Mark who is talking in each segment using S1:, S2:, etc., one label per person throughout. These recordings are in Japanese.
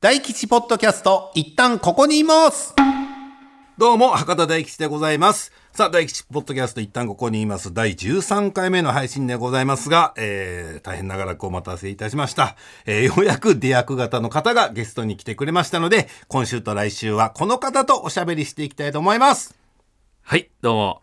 S1: 大吉ポッドキャスト、一旦ここにいますどうも、博多大吉でございます。さあ、大吉ポッドキャスト、一旦ここにいます。第13回目の配信でございますが、えー、大変長らくお待たせいたしました。えー、ようやく出役型の方がゲストに来てくれましたので、今週と来週はこの方とおしゃべりしていきたいと思います。
S2: はい、どうも。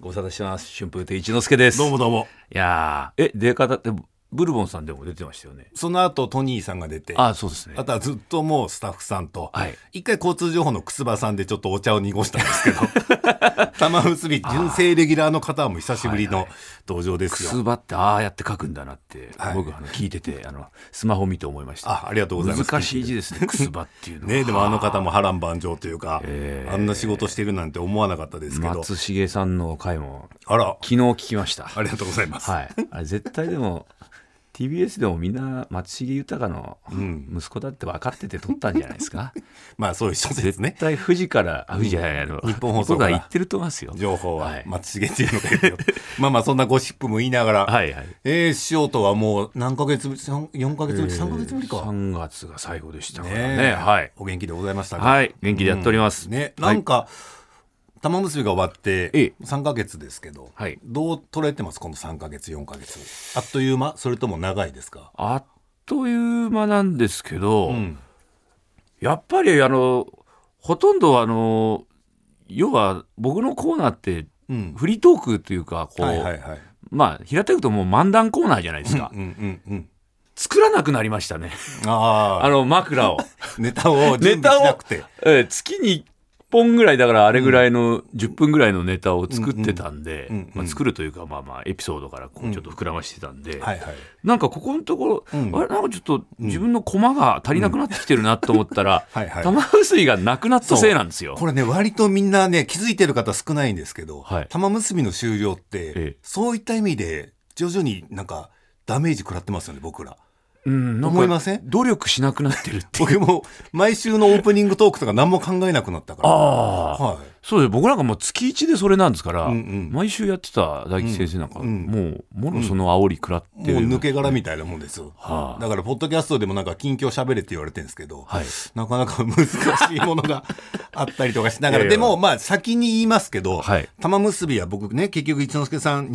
S2: ご無沙汰してます。春風亭一之輔です。
S1: どうも。どうも。
S2: いやー、え、出方って、ブルボンさんでも出てましたよね。
S1: その後、トニーさんが出て、あ
S2: あ、そうですね。
S1: とはずっともうスタッフさんと、
S2: はい。
S1: 一回交通情報のくすばさんでちょっとお茶を濁したんですけど 玉結び純正レギュラーの方も久しぶりの登場で
S2: く
S1: すよ。
S2: すばって、ああやって書くんだなって、
S1: はい
S2: 僕あの聞いてて、あの、スマホ見て思いました。
S1: あありがとうございます。
S2: 難しい字ですね、くすばっていうの は。
S1: ねでもあ の方も波乱万丈というか、
S2: えー
S1: あんな仕事してるなんて思わなかったですけど
S2: 松重さんの回も、
S1: あら
S2: 昨日聞きました。
S1: ありがとうございます。
S2: はい。あれ絶対でも、TBS でもみんな松重豊の息子だって分かってて撮ったんじゃないですか。
S1: まあそういう諸説ね
S2: 絶対富士から、あ、富士じゃない、あの、
S1: 日本放送
S2: 僕
S1: から
S2: は言ってると思いますよ。
S1: 情報
S2: は
S1: はい松重っていうのがい るよまあまあそんなゴシップも言いながら、
S2: はいはい。
S1: えー、師匠とはもう何ヶ月ぶり4ヶ月ぶり3ヶ月ぶりか。
S2: 3月が最後でしたから
S1: ね
S2: ね。
S1: え
S2: はい。
S1: お元気でございましたか
S2: はい。元気でやっております。
S1: ね、
S2: は
S1: ないんか、玉結びが終わって
S2: ええ
S1: 3か月ですけど、
S2: はい
S1: どう捉えてますこの3か月4か月あっという間それとも長いですか、
S2: あっという間なんですけど、
S1: うん
S2: やっぱりあの、ほとんどあの、要は僕のコーナーって、
S1: うん、
S2: フリートークというか、こう、
S1: はいはいはい
S2: まあ、平たく言うともう漫談コーナーじゃないですか。
S1: うんうんうん
S2: 作らなくなりましたね。
S1: ああ
S2: あの、枕を。
S1: ネタを準備しなくて
S2: えー月に1本ぐらいだからあれぐらいの10分ぐらいのネタを作ってたんで、
S1: うんうんうん
S2: まあ、作るというかまあまあエピソードからこうちょっと膨らましてたんで、
S1: はいはい
S2: なんかここのところ、
S1: うん
S2: あれなんかちょっと自分の駒が足りなくなってきてるなと思ったら、
S1: はいはい
S2: 玉結びがなくなったせいなんですよ。
S1: これね割とみんなね気づいてる方少ないんですけど、
S2: はい
S1: 玉結びの終了って、
S2: ええ
S1: そういった意味で徐々になんかダメージ食らってますよね僕ら
S2: うん、なんか
S1: 思いません
S2: 努力しなくなってる っていう。
S1: 僕も毎週のオープニングトークとか何も考えなくなったから
S2: ああ、
S1: はい
S2: そうです。僕なんかもう月1でそれなんですから、
S1: うんうん
S2: 毎週やってた大吉先生なんか、
S1: うんうん
S2: もう、もろその煽り食らって
S1: も
S2: る
S1: う抜け殻みたいなもんですよ。
S2: はあ
S1: だから、ポッドキャストでもなんか近況喋れって言われてるんですけど、
S2: はい
S1: なかなか難しいものがあったりとかしながら、
S2: いやいや
S1: でも、まあ、先に言いますけど、
S2: はい
S1: 玉結びは僕ね、結局、一之輔さん、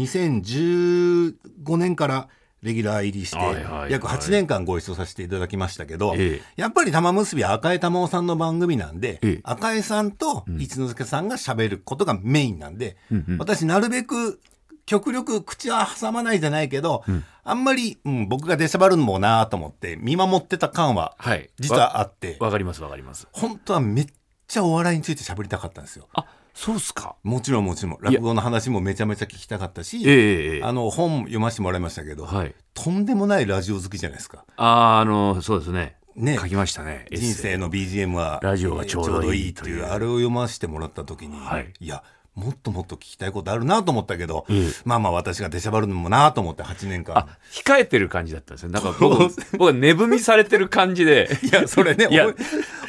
S1: 2015年からレギュラー入りして
S2: はいはいは、い
S1: 約8年間ご一緒させていただきましたけど、
S2: ええ
S1: やっぱり玉結びは赤江玉緒さんの番組なんで、
S2: ええ
S1: 赤江さんと一之輔さんが喋ることがメインなんで、
S2: うんうん
S1: 私なるべく極力口は挟まないじゃないけど、あんまり、うん、僕が出しゃばるのもなと思って見守ってた感は
S2: はい。
S1: 実はあって
S2: わ、わかりますわかります。
S1: 本当はめっちゃお笑いについて喋りたかったんですよ。
S2: あ、そうっすか。
S1: もちろんもちろん
S2: や
S1: 落語の話もめちゃめちゃ聞きたかったし、
S2: ええええ
S1: あの本読ませてもらいましたけど、
S2: はい。
S1: とんでもないラジオ好きじゃないですか。
S2: あーあの、そうですね。
S1: ね
S2: 書きましたね。エッセイ
S1: 人生の BGM は
S2: ラジオがちょうどいいという
S1: ちょあれを読ませてもらった時に、
S2: はい
S1: いやもっともっと聞きたいことあるなと思ったけど、
S2: ええ
S1: まあまあ私が出しゃばるのもなと思って8年間
S2: あ、控えてる感じだったんですよ。なんか僕、僕は寝踏みされてる感じで、
S1: い や、それね、
S2: いや
S1: オン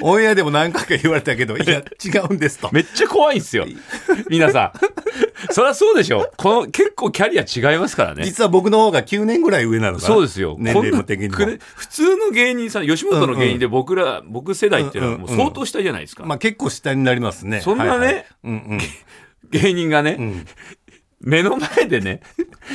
S1: オンエアでも何回か言われたけど、いや、違うんです と。
S2: めっちゃ怖いんですよ。皆さん。そりゃそうでしょ。この、結構キャリア違いますからね。
S1: 実は僕の方が9年ぐらい上なのかな。
S2: そうですよ。
S1: 年齢も的に
S2: こんな
S1: も
S2: く。普通の芸人さん、吉本の芸人で僕ら、僕世代っていうのはもう
S1: うんうんうん
S2: 相当下じゃないですか。
S1: まあ結構下になりますね。
S2: そんなね
S1: はいはいうんうん。
S2: 芸人がね、
S1: ん
S2: 目の前でね、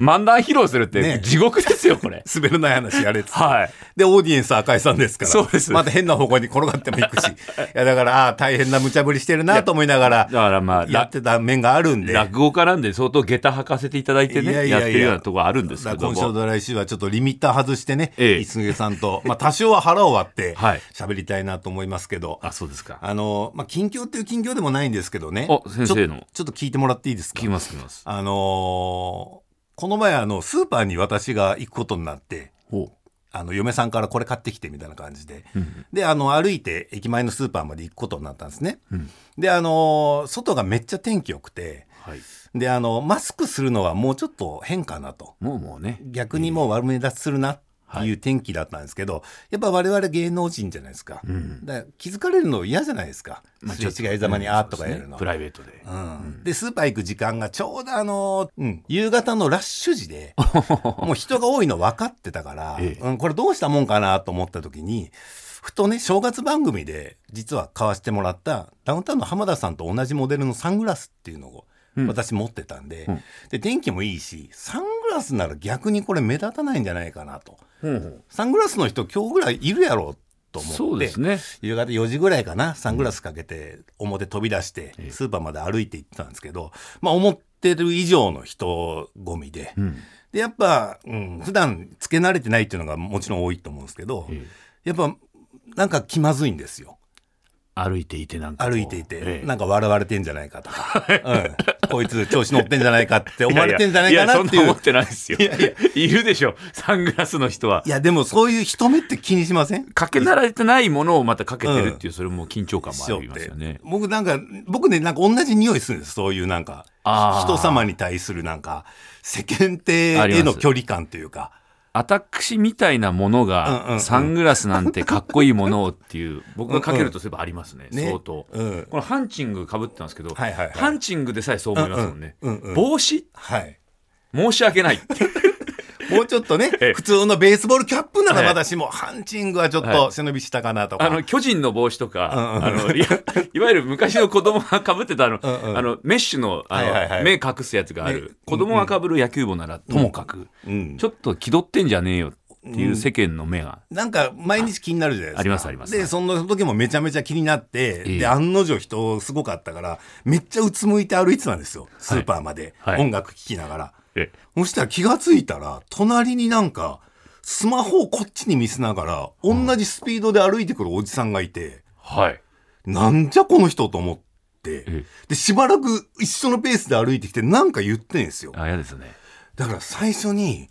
S2: 漫談披露するって
S1: ね
S2: 地獄です よ、これ。
S1: 滑らない話やれっつって
S2: はい。
S1: で、オーディエンス赤井さんですから。
S2: そうです
S1: また変な方向に転がってもいくし。 いや、だから、ああ、大変な無茶ぶりしてるなと思いながら
S2: だ、からまあ、
S1: やってた面があるんで。
S2: 落語家なんで相当下駄履かせていただいてね
S1: いやいやいや
S2: やってるようなとこあるんですけ
S1: だから
S2: ど
S1: 今週
S2: も
S1: と来週はちょっとリミッター外してね、
S2: ええ
S1: 一杉さんと、まあ多少は腹を割って
S2: はい
S1: 喋りたいなと思いますけど、
S2: あそうですか
S1: あの、まあ、近況っていう近況でもないんですけどね。
S2: お先生の
S1: ちょ。ちょっと聞いてもらっていいですか
S2: 聞きます聞きます
S1: あのーこの前、あの、スーパーに私が行くことになって、
S2: ほ
S1: あの、嫁さんからこれ買ってきてみたいな感じで。
S2: う、うん
S1: で、あの、歩いて駅前のスーパーまで行くことになったんですね。
S2: うん
S1: で、あのー外がめっちゃ天気良くて、
S2: はい、
S1: で、あの、マスクするのはもうちょっと変かなと。
S2: もうもうね
S1: 逆にもう悪目立ちするなっていう天気だったんですけど、やっぱ我々芸能人じゃないですか。
S2: うん
S1: だから気づかれるの嫌じゃないですか。まあ、
S2: ちょっ
S1: 違いざまにあーとか
S2: そうで
S1: や
S2: すね
S1: るの。
S2: プライベートで
S1: うんで、スーパー行く時間がちょうどあの、うん夕方のラッシュ時 で、もう人が多いの分かってたから、
S2: ええ
S1: うんこれどうしたもんかなと思った時に、ふとね、正月番組で、実は買わしてもらった、ダウンタウンの浜田さんと同じモデルのサングラスっていうのを、
S2: うん
S1: 私持ってたんで、
S2: うん
S1: で、電気もいいし、サングラスなら逆にこれ目立たないんじゃないかなと。
S2: ほうほう
S1: サングラスの人今日ぐらいいるやろうと思って。
S2: そうですね。
S1: 夕方4時ぐらいかなサングラスかけて表飛び出して
S2: ええ
S1: スーパーまで歩いて行ってたんですけど、まあ、思ってる以上の人混みで
S2: うん。
S1: でやっぱ、うん普段つけ慣れてないっていうのがもちろん多いと思うんですけど
S2: ええ
S1: やっぱなんか気まずいんですよ
S2: 歩いていてなんかこう。
S1: 歩いていて、
S2: ええ
S1: なんか笑われてんじゃないかとか、うん、こいつ調子乗ってんじゃないかって思われてんじゃないかなっていう。い
S2: やややそん
S1: や
S2: な思ってないですよ。いるでしょ。サングラスの人は。
S1: でもそういう人目って気にしません
S2: かけ慣れてないものをまたかけてるっていう、それも緊張感も
S1: 師
S2: あ
S1: 匠
S2: り
S1: っ
S2: ます
S1: て
S2: よね。
S1: 僕なんか僕ねなんか同じ匂いするんですそういうなんか
S2: あー
S1: 人様に対するなんか世間体への距離感というか
S2: 私みたいなもの
S1: うんうんう
S2: が、
S1: ん
S2: サングラスなんてかっこいいものをって いう、僕がかけるとすればありますね、
S1: ね
S2: 相当。
S1: うん
S2: このハンチング被ってたんですけど、
S1: はいはいはい
S2: ハンチングでさえそう思いますもんね。
S1: うんうんうんうん
S2: 帽子
S1: はい
S2: 申し訳ない。
S1: もうちょっとね
S2: ええ
S1: 普通のベースボールキャップなら
S2: ええ
S1: まだしもハンチングはちょっ
S2: は
S1: と背伸びしたかなとか、
S2: あの、巨人の帽子とか、
S1: うんうん
S2: あのいや、いわゆる昔の子供が被ってたあの、
S1: うんうん
S2: あの、メッシュの、あの、
S1: はいはいはい
S2: 目隠すやつがある
S1: ね。
S2: 子供が被る野球帽なら、ともかく、
S1: うん
S2: ちょっと気取ってんじゃねえよっていう世間の目が、
S1: なんか毎日気になるじゃないですか
S2: ありますあります
S1: でその時もめちゃめちゃ気になって、
S2: ええ
S1: で案の定人すごかったからめっちゃうつむいて歩いてたんですよスーパーまで、
S2: はいはい
S1: 音楽聴きながら。
S2: え
S1: そしたら気がついたら、隣になんか、スマホをこっちに見せながら、同じスピードで歩いてくるおじさんがいて、
S2: はい。
S1: なんじゃこの人と思って
S2: え、
S1: で、しばらく一緒のペースで歩いてきて、なんか言ってんですよ。
S2: あ、嫌ですね。
S1: だから最初に、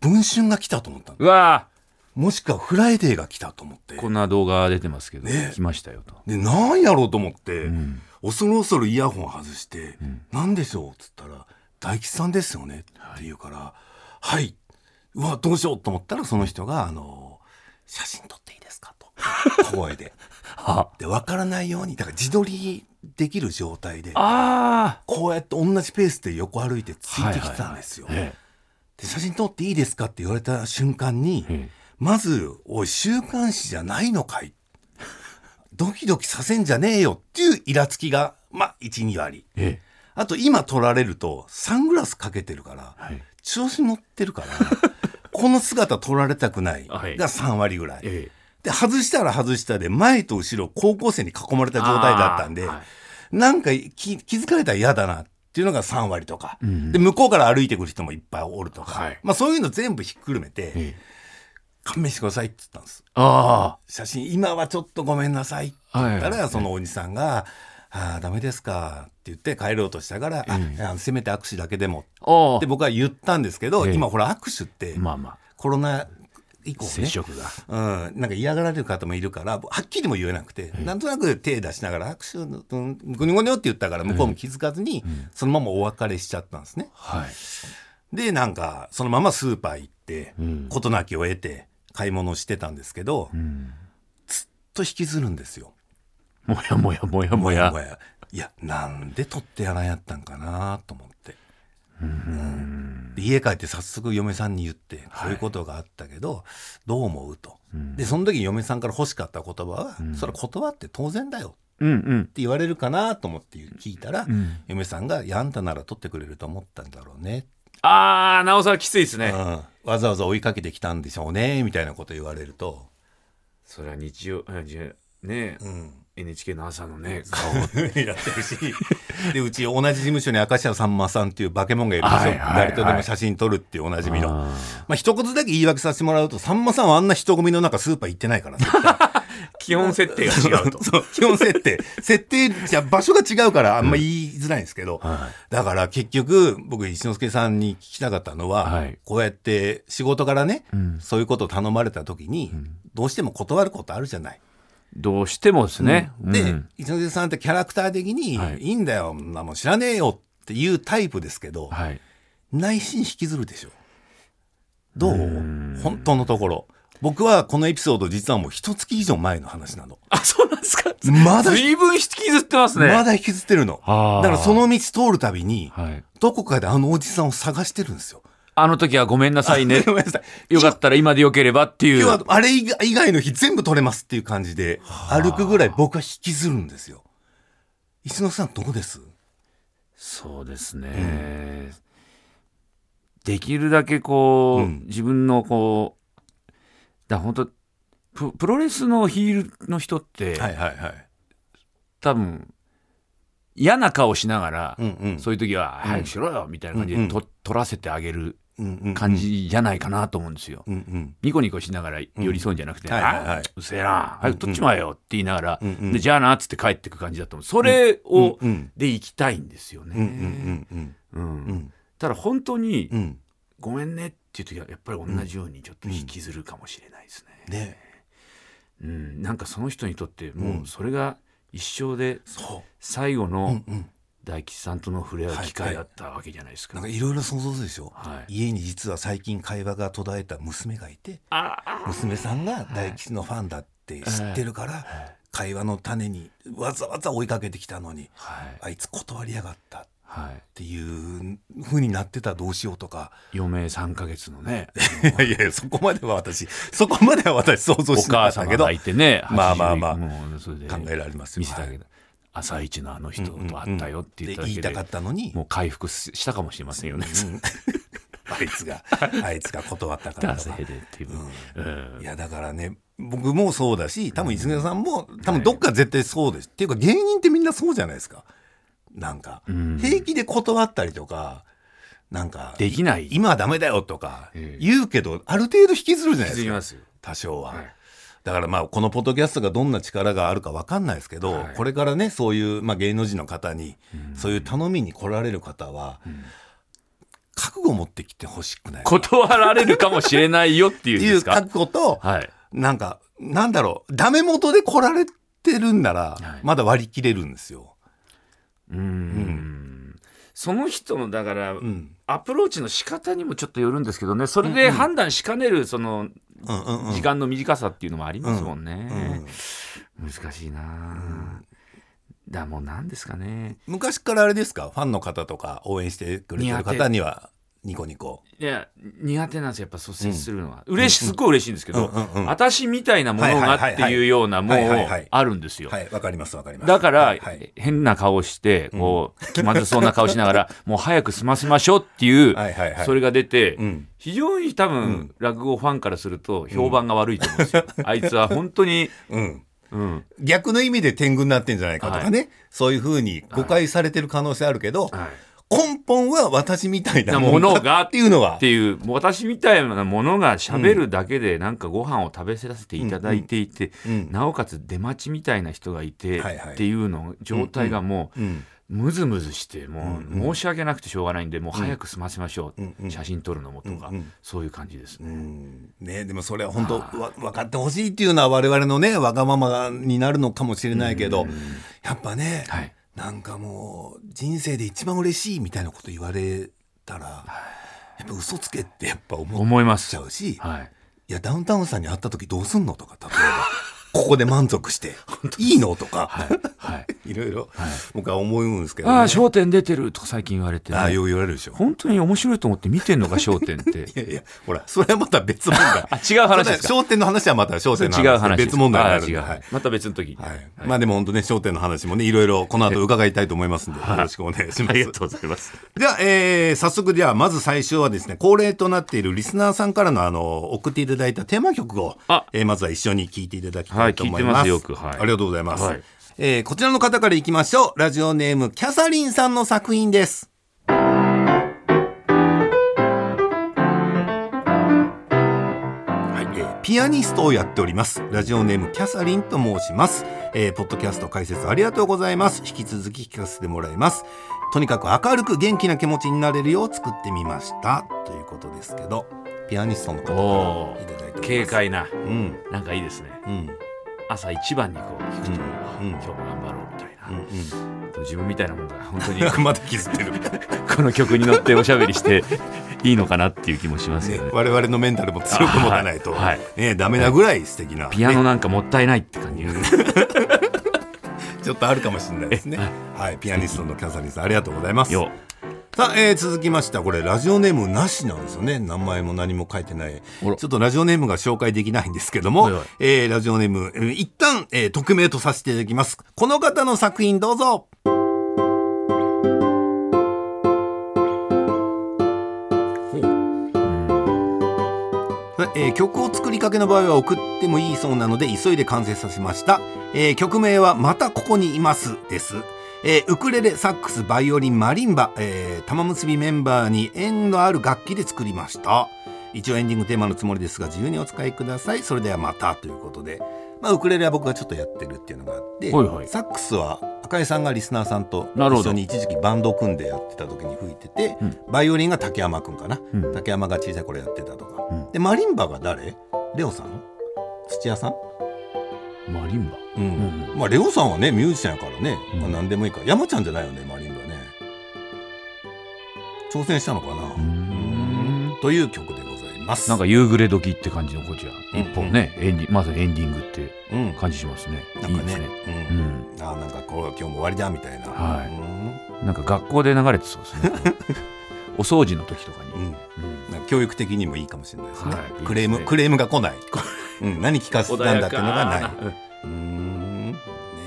S1: 文春が来たと思ったの
S2: うわ
S1: もしくはフライデーが来たと思って
S2: ー。こんな動画出てますけど、
S1: ね
S2: 来ましたよと。
S1: で、なんやろうと思って、
S2: うん。
S1: 恐る恐るイヤホン外して
S2: ん
S1: 「何でしょう?」っつったら「大吉さんですよね」って言うから「はい、うわどうしよう」と思ったらその人が「あの写真撮っていいですか?」と小声で
S2: は
S1: で分からないようにだから自撮りできる状態で
S2: あ
S1: こうやって同じペースで横歩いてつ
S2: ー。
S1: いてきたんですよ。
S2: はいはいはい
S1: で写真撮っていいですかって言われた瞬間に、
S2: ええ
S1: まず「おい週刊誌じゃないのかい」ドキドキさせんじゃねえよっていうイラつきがまあ12割。
S2: ええ
S1: あと今取られるとサングラスかけてるから、
S2: はい
S1: 調子乗ってるから、 この姿取られたくないが
S2: はい
S1: 3割ぐらい。
S2: ええ
S1: で、外したら外したで、前と後ろ高校生に囲まれた状態だったんで、
S2: あーはい
S1: なんか気気づかれたら嫌だなっていうのが3割とか、
S2: うんうん
S1: で、向こうから歩いてくる人もいっぱいおるとか、
S2: はい
S1: まあそういうの全部ひっくるめて、
S2: ええ
S1: 勘弁してくださいって言ったんです。
S2: あ
S1: 写真、今はちょっとごめんなさい
S2: あ。はい
S1: たらそのおじさんが「ああダメですか」って言って帰ろうとしたから「あ
S2: ええ
S1: あせめて握手だけでも」
S2: あ
S1: って僕は言ったんですけど
S2: ええ
S1: 今ほら握手って
S2: あ。まあま
S1: コロナ以
S2: あ。
S1: 降
S2: 接
S1: ね。
S2: 触が。
S1: うん、なんか嫌がられる方もいるからはっきりも言えなくて、なんとなく手出しながら握手のうんぐにょぐにょって言ったから向こうも気づかずに、そのままお別れしちゃったんですね。
S2: はい。
S1: でなんかそのままスーパー行って
S2: うん
S1: 事なきを得て買い物してたんですけど、
S2: うん
S1: と引きずるんですよ。
S2: もやもやもやも
S1: もや
S2: や
S1: も。や。いや、なんで取ってやらんやったんかなと思って。うんで家帰って早速嫁さんに言って、こういうことがあったけど、どう思うと。で、その時嫁さんから欲しかった言葉は、それ断って当然だよ
S2: うんうん
S1: って言われるかなと思って聞いたら、
S2: ん
S1: 嫁さんが、いや、あんたなら取ってくれると思ったんだろうね。
S2: ああ、なおさらきついです
S1: う
S2: ね
S1: ん。わざわざ追いかけてきたんでしょうね、みたいなこと言われると、
S2: それは日曜、あじゃあね
S1: う、ん。
S2: NHK の朝のね、顔。
S1: やってるし。で、うち同じ事務所に明石家さんまさんっていう化け物がいるんですよ。
S2: はいはいはい
S1: 誰とでも写真撮るっていうおなじみの。
S2: あ
S1: まあ、一言だけ言い訳させてもらうと、さんまさんはあんな人混みの中スーパー行ってない から絶対
S2: 基本設定が違うと。
S1: そう、基本設定。設定、じゃ場所が違うからあんま言いづらいんですけど。
S2: は
S1: だから結局、僕、一之輔さんに聞きたかったのは、
S2: はい
S1: こうやって仕事からね、
S2: うん
S1: そういうことを頼まれた時に、どうしても断ることあるじゃない。
S2: どうしてもですね。
S1: で、
S2: うん
S1: 一ノ瀬さんってキャラクター的に、
S2: はい
S1: い、いんだよ、んなもん知らねえよっていうタイプですけど、
S2: はい。
S1: 内心引きずるでしょ。どう
S2: ーん
S1: 本当のところ。僕はこのエピソード実はもう一月以上前の話なの。
S2: あ、そうなんですか。
S1: まだ、
S2: 随分引きずってますね。
S1: まだ引きずってるの。だ
S2: あー
S1: からその道通るたびに、
S2: はい。
S1: どこかであのおじさんを探してるんですよ。
S2: あの時はごめんなさいね。
S1: ごめんなさい
S2: よかったら今でよければっていう。
S1: 今日はあれ以外以外の日全部取れますっていう感じで、歩くぐらい僕は引きずるんですよ。一ノ瀬さんどこです
S2: そうですね、できるだけこう、
S1: うん
S2: 自分のこうだ本当ププロレスのヒールの人って、
S1: いはいはい。
S2: 多分嫌な顔しながら、
S1: うんうん。
S2: そういう時は「早くしろよ」みたいな感じ
S1: うん
S2: で
S1: うん
S2: と、取らせてあげる
S1: うんうんうん
S2: 感。じじゃないかなと思うんですよ。
S1: うんうん。
S2: ニコニコしながら寄り添うんじゃなくて「
S1: はいはいはい
S2: あうっせえな早く取っちまえよ」って言いながら、
S1: うんうん
S2: でじゃあな」っつって帰ってく感じだと思うそれを、
S1: うんうん
S2: で行きたいんですよね。
S1: うんうんうん
S2: うん
S1: うんうん
S2: ただ本当に
S1: うん。
S2: 「ごめんね」っていう時はやっぱり同じようにちょっと引きずるかもしれないですね。
S1: ね。
S2: うんなんかその人にとって
S1: う
S2: も
S1: ん
S2: うそれが一生で
S1: そ
S2: 最後
S1: う。うん
S2: の
S1: うん。
S2: 大吉さんとの触れ合う機
S1: はい
S2: 会
S1: は
S2: だ
S1: い
S2: ったわけじゃないですか。
S1: なんかいろいろ想像するでしょ。
S2: はい
S1: 家に実は最近会話が途絶えた娘がいて、
S2: あ
S1: 娘さんが大吉のファンだって知ってるから、会話の種にわざわざ追いかけてきたのに、
S2: はい
S1: あいつ断りやがったっ
S2: はい
S1: ていう風になってたらどうしようとか。
S2: 余命3か月のね
S1: いやいやいや、そこまでは私、そこまでは私想像
S2: お
S1: しなか
S2: 母
S1: った
S2: 様
S1: けど、
S2: が
S1: 考
S2: いてね
S1: まあまあまあ
S2: 80もうそれで
S1: えられますよ。
S2: 見せてあ
S1: はい
S2: げた朝一のあの人と会ったよって言
S1: で
S2: っただ
S1: 言
S2: け
S1: い
S2: で
S1: たかったのに、
S2: もう回復ししたかもしれませんよね。
S1: うんあいつが、あいつが断ったから
S2: ダ
S1: と
S2: セ
S1: か。
S2: ヘデっていう、うん
S1: いや、だからね、僕もそうだし、多分、泉さんも、多分、どっか絶対そうです。っていうか、芸人ってみんなそうじゃないですか。なんか、
S2: うん
S1: 平気で断ったりとか、なんか、
S2: できない
S1: 今はダメだよとか
S2: ええ
S1: 言うけど、ある程度引きずるじゃないですか。
S2: すよ。
S1: 多少は、
S2: はい
S1: だからまあこのポッドキャストがどんな力があるかわかんないですけど、
S2: はい
S1: これからねそういう、まあ、芸能人の方に、そういう頼みに来られる方は、覚悟を持ってきてほしくない。っ
S2: 断られるかもしれないよってい
S1: て
S2: うん
S1: い
S2: で
S1: う
S2: すか
S1: 覚。悟と、
S2: はい。
S1: なんかなんだろうダメ元で来られてるんなら、
S2: はい
S1: まだ割り切れるんですよ。
S2: うん,、その人のだから、
S1: うん
S2: アプローチの仕方にもちょっとよるんですけどね。それで判断しかねるその
S1: うんうんうん
S2: 時間の短さっていうのもありますもんね。
S1: うん
S2: 難しいなあ。だもうなんですかね。
S1: 昔からあれですかファンの方とか応援してくれてる方にはニコニコ。
S2: いや苦手なんですよやっぱ率先するのは、嬉しすっごい嬉しいんですけど、
S1: うんうんうん
S2: 私みたいなものがっていうようなも
S1: は
S2: う
S1: いはいはいはい
S2: あるんですよ。
S1: はいわかりますわかります。
S2: だから、
S1: はいはい
S2: 変な顔してこう、気まずそうな顔しながらもう早く済ませましょうっていう、
S1: はいはいはい
S2: それが出て、
S1: うん
S2: 非常に多分、落語ファンからすると評判が悪いと思うん ですよ、あいつは本当に、
S1: うん
S2: うん
S1: 逆の意味で天狗になってんじゃないかとかね、そういうふうに誤解されてる可能性あるけど、
S2: はい、
S1: 根本は私みたいな
S2: な
S1: もの
S2: もの
S1: が
S2: が
S1: っていうのは
S2: っていうもう私みたいなものが喋るだけでなんかご飯を食べさせていただいていて、
S1: うんうん
S2: なおかつ出待ちみたいな人がいて、
S1: はいはい
S2: っていうの状態がもう。
S1: うん
S2: ムズムズしてもう申し訳なくてしょうがないんでもう早く済ませましょう、
S1: うんうん
S2: 写真撮るのもとか、
S1: うんうん
S2: そういう感じですね。
S1: うんね、でもそれは本当わ分かってほしいっていうのは我々のねわがままになるのかもしれないけどやっぱね、
S2: はい
S1: なんかもう人生で一番嬉しいみたいなこと言われたらやっぱ嘘つけってやっぱ思っ
S2: 思いま
S1: ち
S2: す
S1: ゃ。うし、
S2: はい。
S1: いや、ダウンタウンさんに会った時どうすんのとか、例えば、 ここで満足して、いいのとか、
S2: は い。
S1: い、ろいろ、僕は思うんですけど、ね。
S2: ああ、焦点出てるとか最近言われて、
S1: ああ、
S2: ね。
S1: よう言われるでしょ。
S2: 本当に面白いと思って見てんのか、焦点って。
S1: いやいや、ほら、それはまた別問題。
S2: あ、違う話ですか。
S1: 焦点の話はまた焦
S2: 違
S1: 点の話
S2: う話です。
S1: 別問題になるんで。
S2: ああ
S1: は
S2: 違う
S1: い。
S2: また別の時に。
S1: はいまあでも本当ね、焦点の話もね、いろいろこの後伺いたいと思いますんで、よろしくお願いします。
S2: とうございます。
S1: では、えー早速では、まず最初はですね、恒例となっているリスナーさんからの、あの、送っていただいたテーマ曲を
S2: あ、
S1: えーまずは一緒に聴いていただきたいと思います。
S2: はい聞いてますよくはい
S1: ありがとうございます。
S2: はい
S1: えーこちらの方からいきましょう。ラジオネーム、キャサリンさんの作品です。はい、えーピアニストをやっております。ラジオネームキャサリンと申します。えーポッドキャスト解説ありがとうございます。引き続き聞かせてもらいます。とにかく明るく元気な気持ちになれるよう作ってみました。ということですけど、ピアニストの方か
S2: おお
S1: らいただいております。
S2: 軽。快な。
S1: うん、
S2: なんかいいですね。
S1: うん、
S2: 朝一番にこう聞く
S1: う
S2: と、
S1: ん
S2: あ
S1: うん
S2: 今日も頑張ろうみたいな。
S1: うん、
S2: 自分みたいなもんが本当に
S1: うん。 まだ気づってる。
S2: この曲に乗っておしゃべりしていいのかなっていう気もします
S1: ね
S2: けど、ね。
S1: 我々のメンタルも強く持たないと、
S2: あはいは
S1: ね、ダメなぐらい素敵な、
S2: ピアノなんかもったいないって感じ。
S1: ちょっとあるかもしれないですね。はい、ピアニストのキャサリンさん、ありがとうございます。
S2: よ
S1: さあ、えー続きましてはこれラジオネームなしなんですよね名前も何も書いてないち
S2: あ
S1: ょ
S2: ら
S1: っとラジオネームが紹介できないんですけども、
S2: はいはい
S1: えーラジオネーム、えー一旦、えー匿名とさせていただきますこの方の作品どうぞえー曲を作りかけの場合は送ってもいいそうなので急いで完成させました、えー曲名は「またここにいます」です、えーウクレレサックスバイオリンマリンバ、えー玉結びメンバーに縁のある楽器で作りました一応エンディングテーマのつもりですが自由にお使いくださいそれではまたということで、まあ、ウクレレは僕がちょっとやってるっていうのがあって、
S2: はいはい
S1: サックスは赤井さんがリスナーさんと
S2: なるほ
S1: 一
S2: ど
S1: 緒に一時期バンドを組んでやってた時に吹いてて、
S2: うん
S1: バイオリンが竹山くんかな、
S2: うん
S1: 竹山が小さい頃やってたとか、
S2: うん
S1: でマリンバが誰レオさん土屋さん、
S2: マリンバ
S1: うん
S2: うん
S1: まあレオさんはねミュージシャンやからね、
S2: うん
S1: まあ、何でもいいから山ちゃんじゃないよねマリンバね挑戦したのかな
S2: うーん
S1: うんという曲でございます
S2: なんか夕暮れ時って感じのこちら
S1: うん
S2: 一本ねエンディまずエンディングって
S1: うん
S2: 感じしますね
S1: なんか
S2: い
S1: ね
S2: いですね
S1: うん
S2: うん
S1: あーなんかこれは今日も終わりだみたいな、
S2: はい
S1: い
S2: なんか学校で流れてそうですね お掃除の時とかに
S1: うんうん
S2: うん
S1: なんか教育的にもいいかもしれないですね,、
S2: はいいいですね
S1: クレームクレームが来ない、 うん、何聞かせたんだっていうのがない
S2: 穏やか
S1: うーんね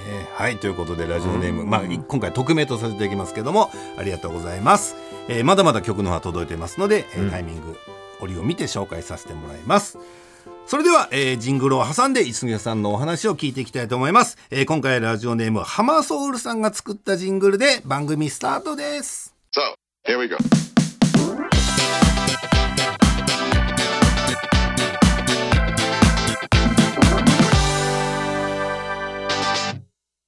S1: えはいということでラジオネーム、
S2: うん
S1: まあ、い今回匿名とさせていただきますけどもありがとうございます、えーまだまだ曲の方は届いてますので、えー
S2: うん
S1: タイミング折を見て紹介させてもらいますそれでは、えージングルを挟んで磯宮さんのお話を聞いていきたいと思います、えー今回ラジオネームハマソウルさんが作ったジングルで番組スタートです
S3: So, here we go.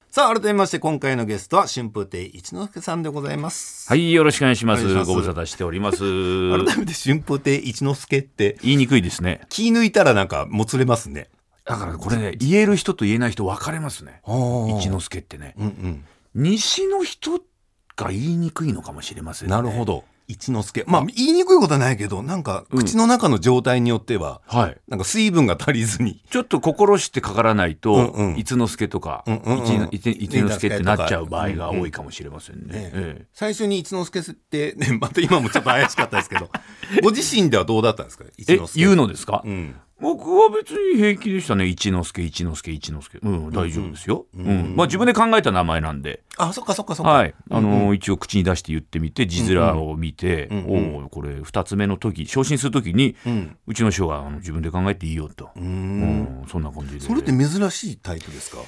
S1: さあ改めまして今回のゲストは春風亭一之輔さんでございます、
S2: はいよろしくお願いしま
S1: お願い
S2: す
S1: します
S2: ご無沙汰しております
S1: 改めて春風亭一之輔って
S2: 言いにくいですね
S1: 気抜いたらなんかもつれますね
S2: だからこれね言える人と言えない人分かれますね一
S1: 一
S2: 之輔ってね
S1: うんうん
S2: 西の人が言いにくいのかもしれませんね
S1: なるほど。一之輔。まあ、言いにくいことはないけど、なんか、
S2: うん
S1: 口の中の状態によっては、
S2: はい
S1: なんか水分が足りずに。
S2: ちょっと心してかからないと、
S1: うんうん
S2: 一之輔とか、
S1: うんうんうん
S2: 一之一一之輔ってなっちゃう場合が多いかもしれませんね。
S1: うんうんね
S2: ええ
S1: 最初に一之輔って、ね、また今もちょっと怪しかったですけ ど、ご自身ではどうだったんですか一
S2: え
S1: 之輔。
S2: 言うのですか、
S1: うん。
S2: 僕は別に平気でしたね一之輔一之輔一之輔うん大丈夫ですよ、
S1: う
S2: うんん
S1: うん
S2: まあ、自分で考えた名前なんで、
S1: あ、そっかそっかそっか。
S2: はいあの
S1: うんうん
S2: 一応口に出して言ってみて字面を見て、
S1: うんうん
S2: おおこれ2つ目の時昇進する時に
S1: うん。
S2: うちの師匠があの自分で考えていいよと、
S1: うー
S2: うん
S1: ん。
S2: そんな感じで
S1: それって珍しいタイプですか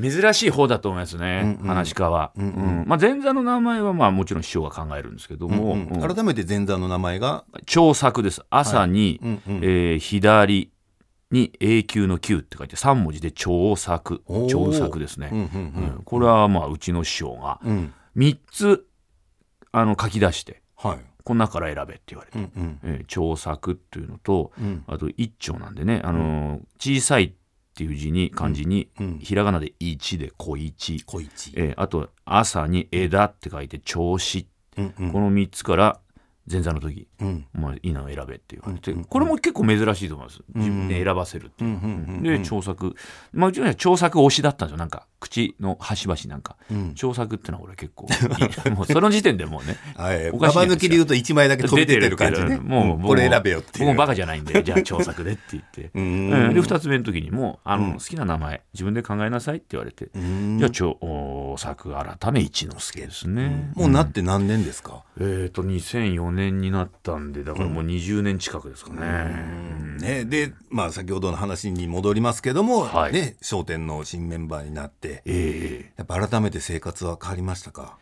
S2: 珍しい方だと思いますね、
S1: うんうん
S2: 話し家は、
S1: うんうん
S2: まあ、前座の名前はまあもちろん師匠が考えるんですけども、
S1: うん
S2: う
S1: うんん改めて前座の名前が、
S2: 朝作です朝に、
S1: うんうん
S2: えー左に永久の久って書いて3文字で朝作
S1: おー
S2: 朝作です
S1: うんう
S2: ね、うん
S1: ん
S2: これはまあうちの師匠が
S1: うん。うん。
S2: 3つあの書き出して
S1: はい。
S2: この中から選べって言われて、
S1: うんうん。
S2: えー朝作っていうのと
S1: うん
S2: あと一丁なんでね、あのー小さいっていう字に漢字に、
S1: うん。
S2: ひらがなで一で小一
S1: 小一。
S2: えーあと朝に枝って書いて調子、
S1: うんうん
S2: この3つから前座の時、
S1: うん
S2: まあ、いいのを選べっていう感じで、
S1: うんうんうん
S2: これも結構珍しいと思います自分で選ばせるって
S1: う
S2: い
S1: ん
S2: う、
S1: うんうん。
S2: で調作まあうちのは調作推しだったんですよなんか口の端々なんか
S1: うん
S2: 調作ってのは俺結 構いいもうその時点でもうね
S1: はい、
S2: お
S1: バ
S2: かしいじ
S1: バ
S2: ゃないで
S1: 抜
S2: すか
S1: きで言うと1枚 だけ飛び出てる感じ
S2: 出て
S1: ね。
S2: るもう、
S1: ん
S2: もう
S1: これ選べよっていう。
S2: 僕もバカじゃない んでじゃあ調作でって言って、
S1: う
S2: うんんで2つ目の時にもうあの、
S1: うん
S2: 好きな名前自分で考えなさいって言われて、
S1: うん
S2: じゃあ調お作改め一之輔ですね、
S1: もうな
S2: て
S1: って何年ですか、
S2: えー、と2004年になったんでだからもう20年近くですかね。うん
S1: ね、で、まあ、先ほどの話に戻りますけども、
S2: はい
S1: ね、笑点の新メンバーになって、
S2: ええ
S1: やっぱ改めて生活は変わりましたか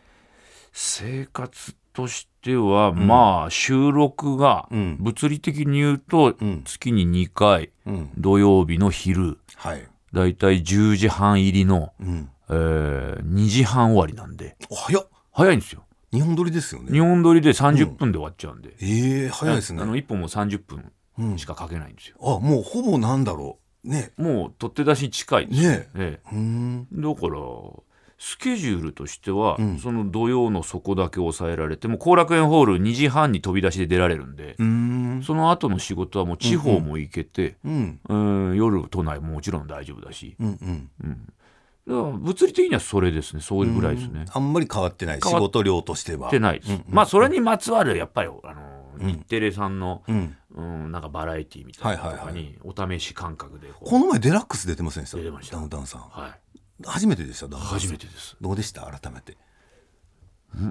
S2: 生活としては、まあ収録が
S1: うん
S2: 物理的に言うと
S1: うん
S2: 月に2回
S1: うん。
S2: 土曜日の昼
S1: はい。
S2: だいたい10時半入りの、
S1: うん。
S2: えー2時半終わりなんで
S1: お早っ
S2: 早いんですよ。
S1: 日本撮りですよ
S2: 日
S1: ね。
S2: 本撮りで30分で終わっちゃうんで、
S1: ええ早いですね。
S2: あの1本も30分
S1: うん
S2: しかかけないんですよ。
S1: あ、もうほぼなんだろう。ね。
S2: もう取って出しに近いです。
S1: ね
S2: ええ
S1: うん。
S2: だからスケジュールとしては、
S1: うん
S2: その土曜の底だけ抑えられてもう後楽園ホール2時半に飛び出しで出られるんで、
S1: うん。
S2: その後の仕事はもう地方も行けて、
S1: うん。
S2: うん夜都内ももちろん大丈夫だし、
S1: うん。うん。
S2: うんだから物理的にはそれですねそういうぐらいですね。
S1: あんまり変わってない仕
S2: 変わっ
S1: 事量としては
S2: ってないです、
S1: うんうん
S2: まあそれにまつわるやっぱりあの日テレさんの、
S1: う
S2: うんんなんかバラエティーみたいなの
S1: は
S2: とか
S1: いはい
S2: にお試し感覚でこう
S1: この前デラックス出てませんでした
S2: 出てました
S1: ダウンタウンさん
S2: はい、
S1: 初めてでしたダウンタウンさん
S2: 初めてです
S1: どうでした改めて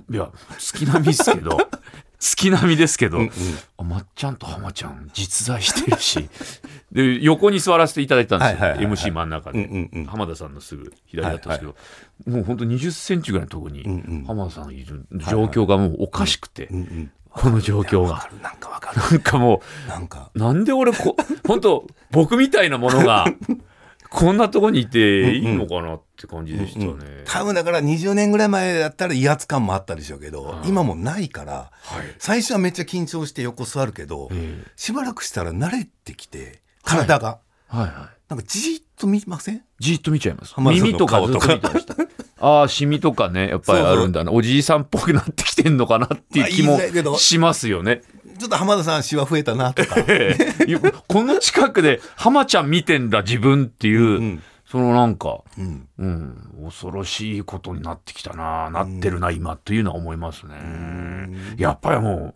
S2: いや月並みですけ ど月並みですけど、あまっちゃんと浜ちゃん実在してるしで横に座らせていただいたんです
S1: はい
S2: よ、
S1: はいはいはい
S2: MC 真ん中
S1: う
S2: で、
S1: んうんうん
S2: 浜田さんのすぐ左だったんですけど、もうほんと2 0ンチぐらいのとこに浜田さんがいる状況がもうおかしくて、
S1: ん
S2: この状況が。
S1: なんかわかる
S2: なんかもう
S1: なんか
S2: なんで俺こ、本当僕みたいなものが、こんなとこにいていいのかなって感じでしたね。
S1: 多分だから20年ぐらい前だったら威圧感もあったでしょうけど、今もうないから、最初はめっちゃ緊張して横座るけど、
S2: ええ
S1: しばらくしたら慣れてきて体が、
S2: はいはい。
S1: なんかじーっと見ません
S2: じーっと見ちゃいます。
S1: 浜田さんの
S2: 耳とか
S1: 顔
S2: ず
S1: と
S2: っ
S1: か
S2: と見てました。ああ、シミとかね、やっぱりあるんだな。おじいさんっぽくなってきてんのかなっていう気
S1: まあ
S2: も
S1: 言いづらいけど
S2: しますよね。
S1: ちょっと浜田さんシワ増えたなとか
S2: え えいやこの近くで、浜ちゃん見てんだ自分っていう、
S1: ん
S2: そのなんか、
S1: ん
S2: うん、恐ろしいことになってきたな、なってるな、今というのは思いますね。やっぱりもう、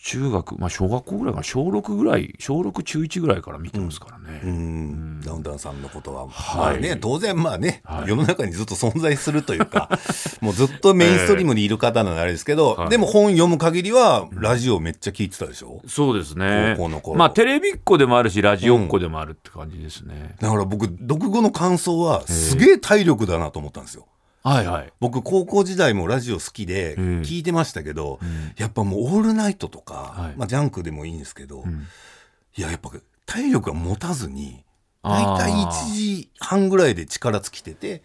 S2: 中学、まあ小学校ぐらいかな、小6ぐらい、小6中1ぐらいから見てますからね。
S1: うんダウンタウンさんのことは、
S2: はい
S1: まあね、当然まあね、
S2: はい
S1: 世の中にずっと存在するというか もうずっとメインストリームにいる方ならあれですけど、
S2: はい
S1: でも本読む限りはラジオめっちゃ聞いてたでしょ、
S2: そうですね
S1: 高校の。頃
S2: まあテレビっ子でもあるし、ラジオっ子でもあるって感じですね。
S1: だから僕読後の感想はすげえ体力だなと思ったんですよ
S2: はいはい。
S1: 僕高校時代もラジオ好きで
S2: うん
S1: 聞いてましたけど、やっぱもう「オールナイト」とか、
S2: はい
S1: まあ、ジャンクでもいいんですけど、
S2: ん
S1: いややっぱ体力が持たずに
S2: あ
S1: 大体
S2: ー
S1: 1時半ぐらいで力尽きてて、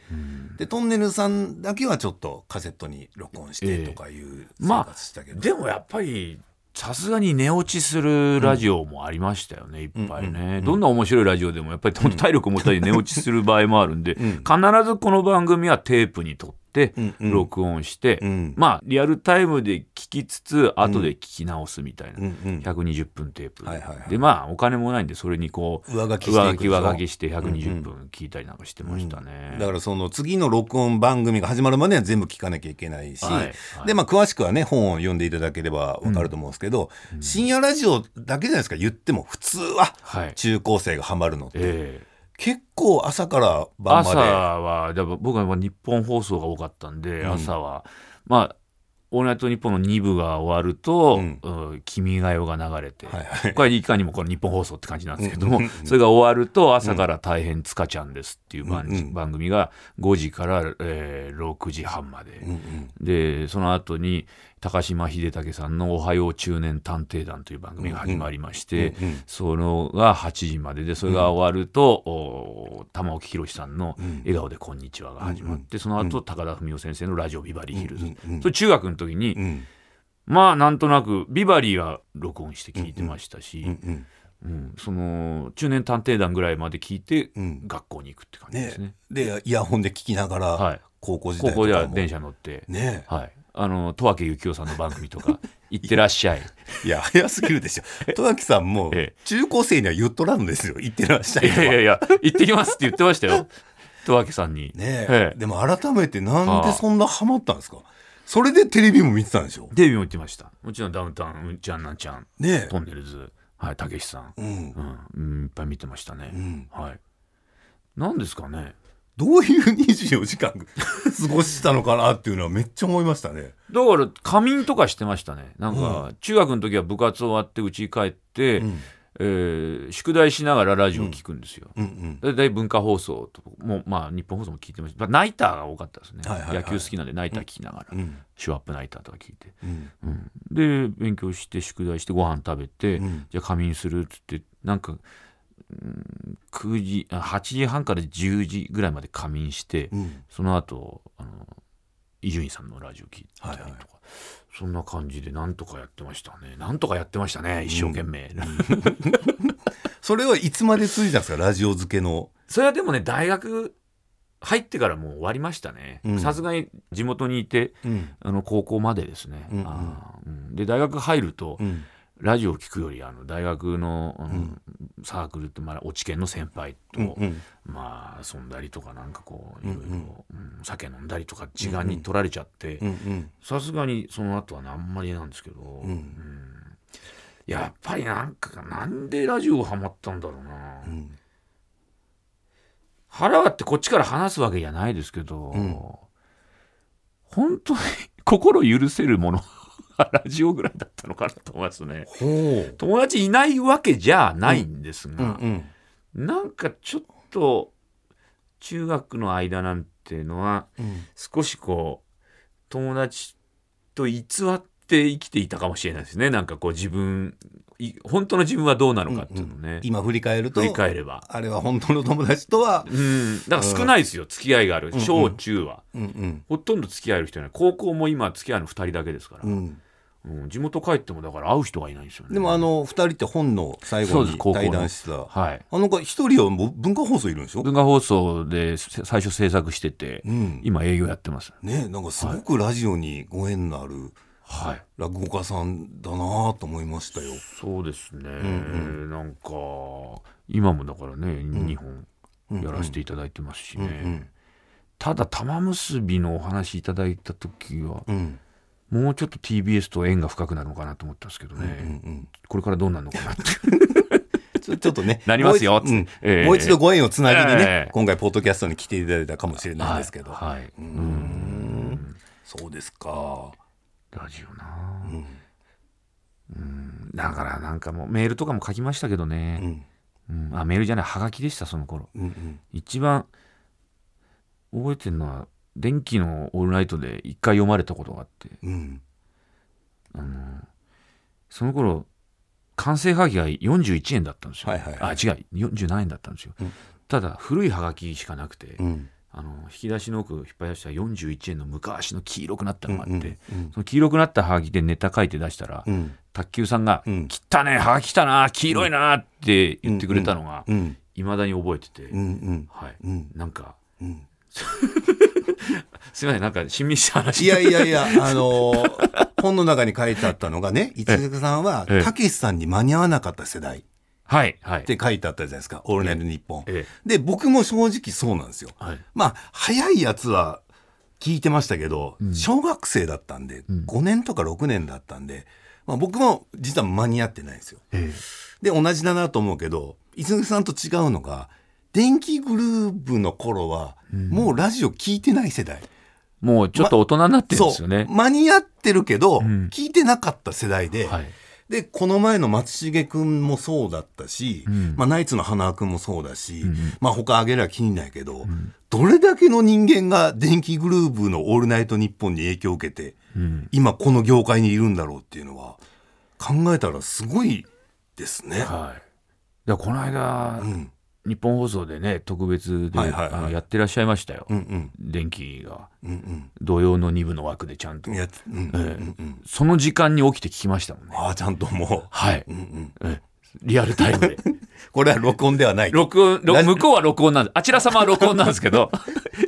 S1: でトンネルさんだけはちょっとカセットに録音してとかいう生
S2: まあ
S1: 活したけど、
S2: でもやっぱりさすがに寝落ちするラジオもありましたよね、いっぱいね、どんな面白いラジオでもやっぱり本当体力 持ったり寝落ちする場合もあるんで、必ずこの番組はテープに撮って
S1: んうん
S2: 録音して、
S1: うん
S2: まあリアルタイムで聞きつつ後で聞き直すみたいな、
S1: うんうん
S2: 120分テープで,、
S1: はいはいはい
S2: でまあお金もないんでそれにこう
S1: 上書きしていくでし
S2: 上書き
S1: ょ
S2: 上書きして120分聞いたりなんかしてましたね、
S1: だからその次の録音番組が始まるまでは全部聞かなきゃいけないし、
S2: はいはい
S1: でまあ、詳しくはね本を読んでいただければわかると思うんですけど、深夜ラジオだけじゃないですか言っても普通は
S2: はい
S1: 中高生がハマるのって、
S2: ええ
S1: 結構朝から晩
S2: 朝
S1: ま
S2: はでも僕はまあ日本放送が多かったんで、朝はまあ「オールナイトニッポン」の2部が終わると
S1: うん
S2: 「うん君が代」が流れて、
S1: はいはい
S2: これいかにもこの日本放送って感じなんですけども、それが終わると朝から「大変つかちゃんです」っていう番,、
S1: うんうん
S2: 番組が5時から、えー6時半まで、
S1: で、うんうん
S2: でその後に高島秀武さんの「おはよう中年探偵団」という番組が始まりまして、
S1: うんうん
S2: そのが8時まででそれが終わると、お玉置宏さんの「笑顔でこんにちは」が始まって、その後高田文夫先生の「ラジオビバリーヒルズ」それ中学の時に、
S1: うん
S2: まあなんとなくビバリーは録音して聞いてましたし、
S1: うんうん
S2: うんその中年探偵団ぐらいまで聞いて、
S1: ん
S2: 学校に行くって感じですね。
S1: ね、でイヤホンで聞きながら、
S2: はい
S1: 高校時代
S2: 高
S1: とかも
S2: 校では電車乗って、
S1: ね
S2: はい、あの十明幸雄さんの番組 とか「行ってらっしゃい」
S1: いや早すぎるでし ょ戸脇さんも
S2: え
S1: 中高生には言っとらんですよ言ってらっしゃ
S2: い
S1: いと
S2: や
S1: はい
S2: やいや「行ってきます」って言ってましたよ十明さんに。
S1: ね
S2: ええ
S1: でも改めてなんでそんなハマったんですかそれでテレビも見てたんでしょ
S2: デビューも言ってました。もちろんダウンタウン、うんちゃんなんちゃん、
S1: ね
S2: トンネルズ、はい、たけしさん、
S1: え、うん、
S2: うん、うんいっぱい見てましたね。
S1: ん
S2: はい。なんですかね。
S1: どういう24時間過ごしたのかなっていうのはめっちゃ思いましたね。
S2: だから仮眠とかしてましたね。なんか、中学の時は部活終わって家に帰って、えー宿題しながらラジオ聞くんですよ。
S1: うん
S2: だいたい文化放送ともうまあ日本放送も聞いてました、まあ、ナイターが多かったですね、
S1: はいはいはい
S2: 野球好きなんでナイター聞きながら、
S1: うんうん
S2: シュワップナイターとか聞いて、
S1: うん
S2: うん、で勉強して宿題してご飯食べて、
S1: ん
S2: じゃあ仮眠するっつってなんか、うん、9時あ8時半から10時ぐらいまで仮眠して、
S1: うん
S2: その後あの伊集院さんのラジオ聞いたりとか、
S1: はいはい
S2: そんな感じでなんとかやってましたねなんとかやってましたね一生懸命、
S1: それはいつまで続いたんですかラジオ漬けの。
S2: それはでもね大学入ってからもう終わりましたね
S1: うん
S2: さすがに地元にいて
S1: うん
S2: あの高校までですね、
S1: うんうん
S2: あーうんで大学入ると、
S1: うん
S2: ラジオを聞くよりあの大学のあの、サークルってまあ落ち研の先輩と、
S1: うん
S2: まあ遊んだりとかなんかこういろいろ、うん酒飲んだりとか時間に取られちゃって
S1: うんうん
S2: さすがにその後はねあんまりなんですけど、うんやっぱりなんかなんでラジオハマったんだろうな、
S1: ん
S2: 腹割ってこっちから話すわけじゃないですけど、
S1: ん
S2: 本当に 心許せるもの がラジオぐらいだったのかなと思いますね
S1: ほう
S2: 友達いないわけじゃないんですが、
S1: うんうん
S2: なんかちょっと中学の間なんていうのは
S1: うん
S2: 少しこう友達と偽って生きていたかもしれないですねなんかこう自分い本当の自分はどうなのかっていうのね、
S1: 今振り返ると
S2: 振り返れば
S1: あれは本当の友達とは
S2: うんだから少ないですよ付き合いがある小中は、
S1: うんうん
S2: ほとんど付き合える人いない高校も今付き合うの2人だけですから、
S1: うん
S2: うん地元帰ってもだから会う人がいないんですよね
S1: でもあの二人って本の最
S2: そ
S1: 後
S2: うです
S1: に
S2: 高校の
S1: 対談してた
S2: はい
S1: あの子一人はもう文化放送いるんでしょ
S2: 文化放送でせ最初制作してて、
S1: うん
S2: 今営業やってます
S1: ねなんかすごくラジオにご縁のある
S2: はい
S1: 落語家さんだなと思いましたよ
S2: そうですね、なんか今もだからね、2本やらせていただいてますしね、ただ玉結びのお話いただいた時は、
S1: ん
S2: もうちょっと TBS と縁が深くなるのかなと思ったんですけどね、これからどうなるのかなって
S1: ちょちょっとね
S2: なります
S1: も
S2: よ
S1: う,、うん
S2: ええ
S1: もう一度ご縁をつなぎにね、
S2: ええ
S1: 今回ポッドキャストに来ていただいたかもしれないですけど、
S2: はい、はい
S1: そうですか
S2: ラジオな、うんだからなんかもうメールとかも書きましたけどね、
S1: うん
S2: うんあメールじゃないはがきでしたその頃
S1: うんうん
S2: 一番覚えてるのは電気のオールナイトで一回読まれたことがあって
S1: うん
S2: その頃完成はがきが41円だったんですよ、
S1: はいはいは
S2: あ違う47円だったんですよ、ただ古いはがきしかなくて、
S1: うん
S2: あの引き出しの奥を引っ張り出した41円の昔の黄色くなったのがあって、
S1: うんうん
S2: その黄色くなったはがきでネタ書いて出したら、
S1: うん
S2: 卓球さんが「
S1: うん
S2: 切ったねはがき来たな黄色いな」って言ってくれたのが
S1: うん
S2: いまだに覚えてて、
S1: うんうん
S2: はい、
S1: うん
S2: なんか
S1: うん
S2: すいませんなんか親密した話
S1: いやいやいや、あのー本の中に書いてあったのが ね、一塚さんは
S2: え、え
S1: たけしさんに間に合わなかった世代っ
S2: はいはい
S1: て書いてあったじゃないですか、オールナイトニッポン
S2: ええ。
S1: で、僕も正直そうなんですよ。
S2: はい
S1: まあ、早いやつは聞いてましたけど、小学生だったんで、5年とか6年だったんで、まあ僕も実は間に合ってないんですよ。で、同じだなと思うけど、一塚さんと違うのが、電気グルーブの頃は、もうラジオ聞いてない世代。
S2: もうちょっと大人になってるんですよね、
S1: 間に合ってるけど、
S2: ん
S1: 聞いてなかった世代で、
S2: はい
S1: で、この前の松重くんもそうだったし、
S2: ん
S1: まあナイツの花輪くんもそうだし、まあ他あげりゃ気にないけど、どれだけの人間が電気グルーブのオールナイトニッポンに影響を受けて、
S2: うん
S1: 今この業界にいるんだろうっていうのは、考えたらすごいですね。
S2: はいだからこの間、
S1: うん。
S2: 日本放送でね特別で、
S1: はいはいはい
S2: あのやってらっしゃいましたよ、
S1: うんうん。
S2: 電気が
S1: うん
S2: 土曜の2部の枠でちゃんと
S1: うん。いや、うんうんうんうん。
S2: その時間に起きて聞きましたもんね
S1: ああ、ちゃんとも
S2: はい、
S1: う。うんうん。
S2: えリアルタ イムで
S1: これは録音ではない。
S2: 録音録
S1: ラジ
S2: 向こうは録音なんですあちら様は録音なんです けど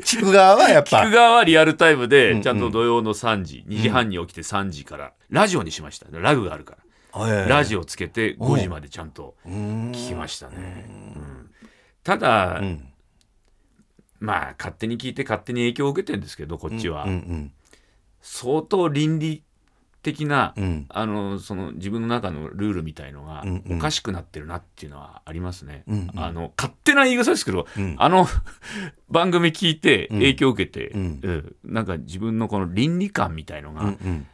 S1: 聞く側はやっぱ。
S2: 聞く側はリアルタイム
S1: んう
S2: で
S1: ん
S2: ちゃんと土曜の3時、2時半に起きて3時からラジオにしましたラグがあるからラジオつけて5時までちゃんと
S1: オ聞
S2: 聞きましたね。うんただ、
S1: うん
S2: まあ勝手に聞いて勝手に影響を受けてるんですけどこっちは、
S1: うんうん
S2: 相当倫理的な、
S1: うん
S2: あのその自分の中のルールみたいのが
S1: うんうん
S2: おかしくなってるなっていうのはありますね。
S1: うんうん
S2: あの勝手な言い草ですけど、
S1: うん
S2: あの 番組聞いて影響を受けて、
S1: うん
S2: うんなんか自分のこの倫理観みたいのが、
S1: うんうん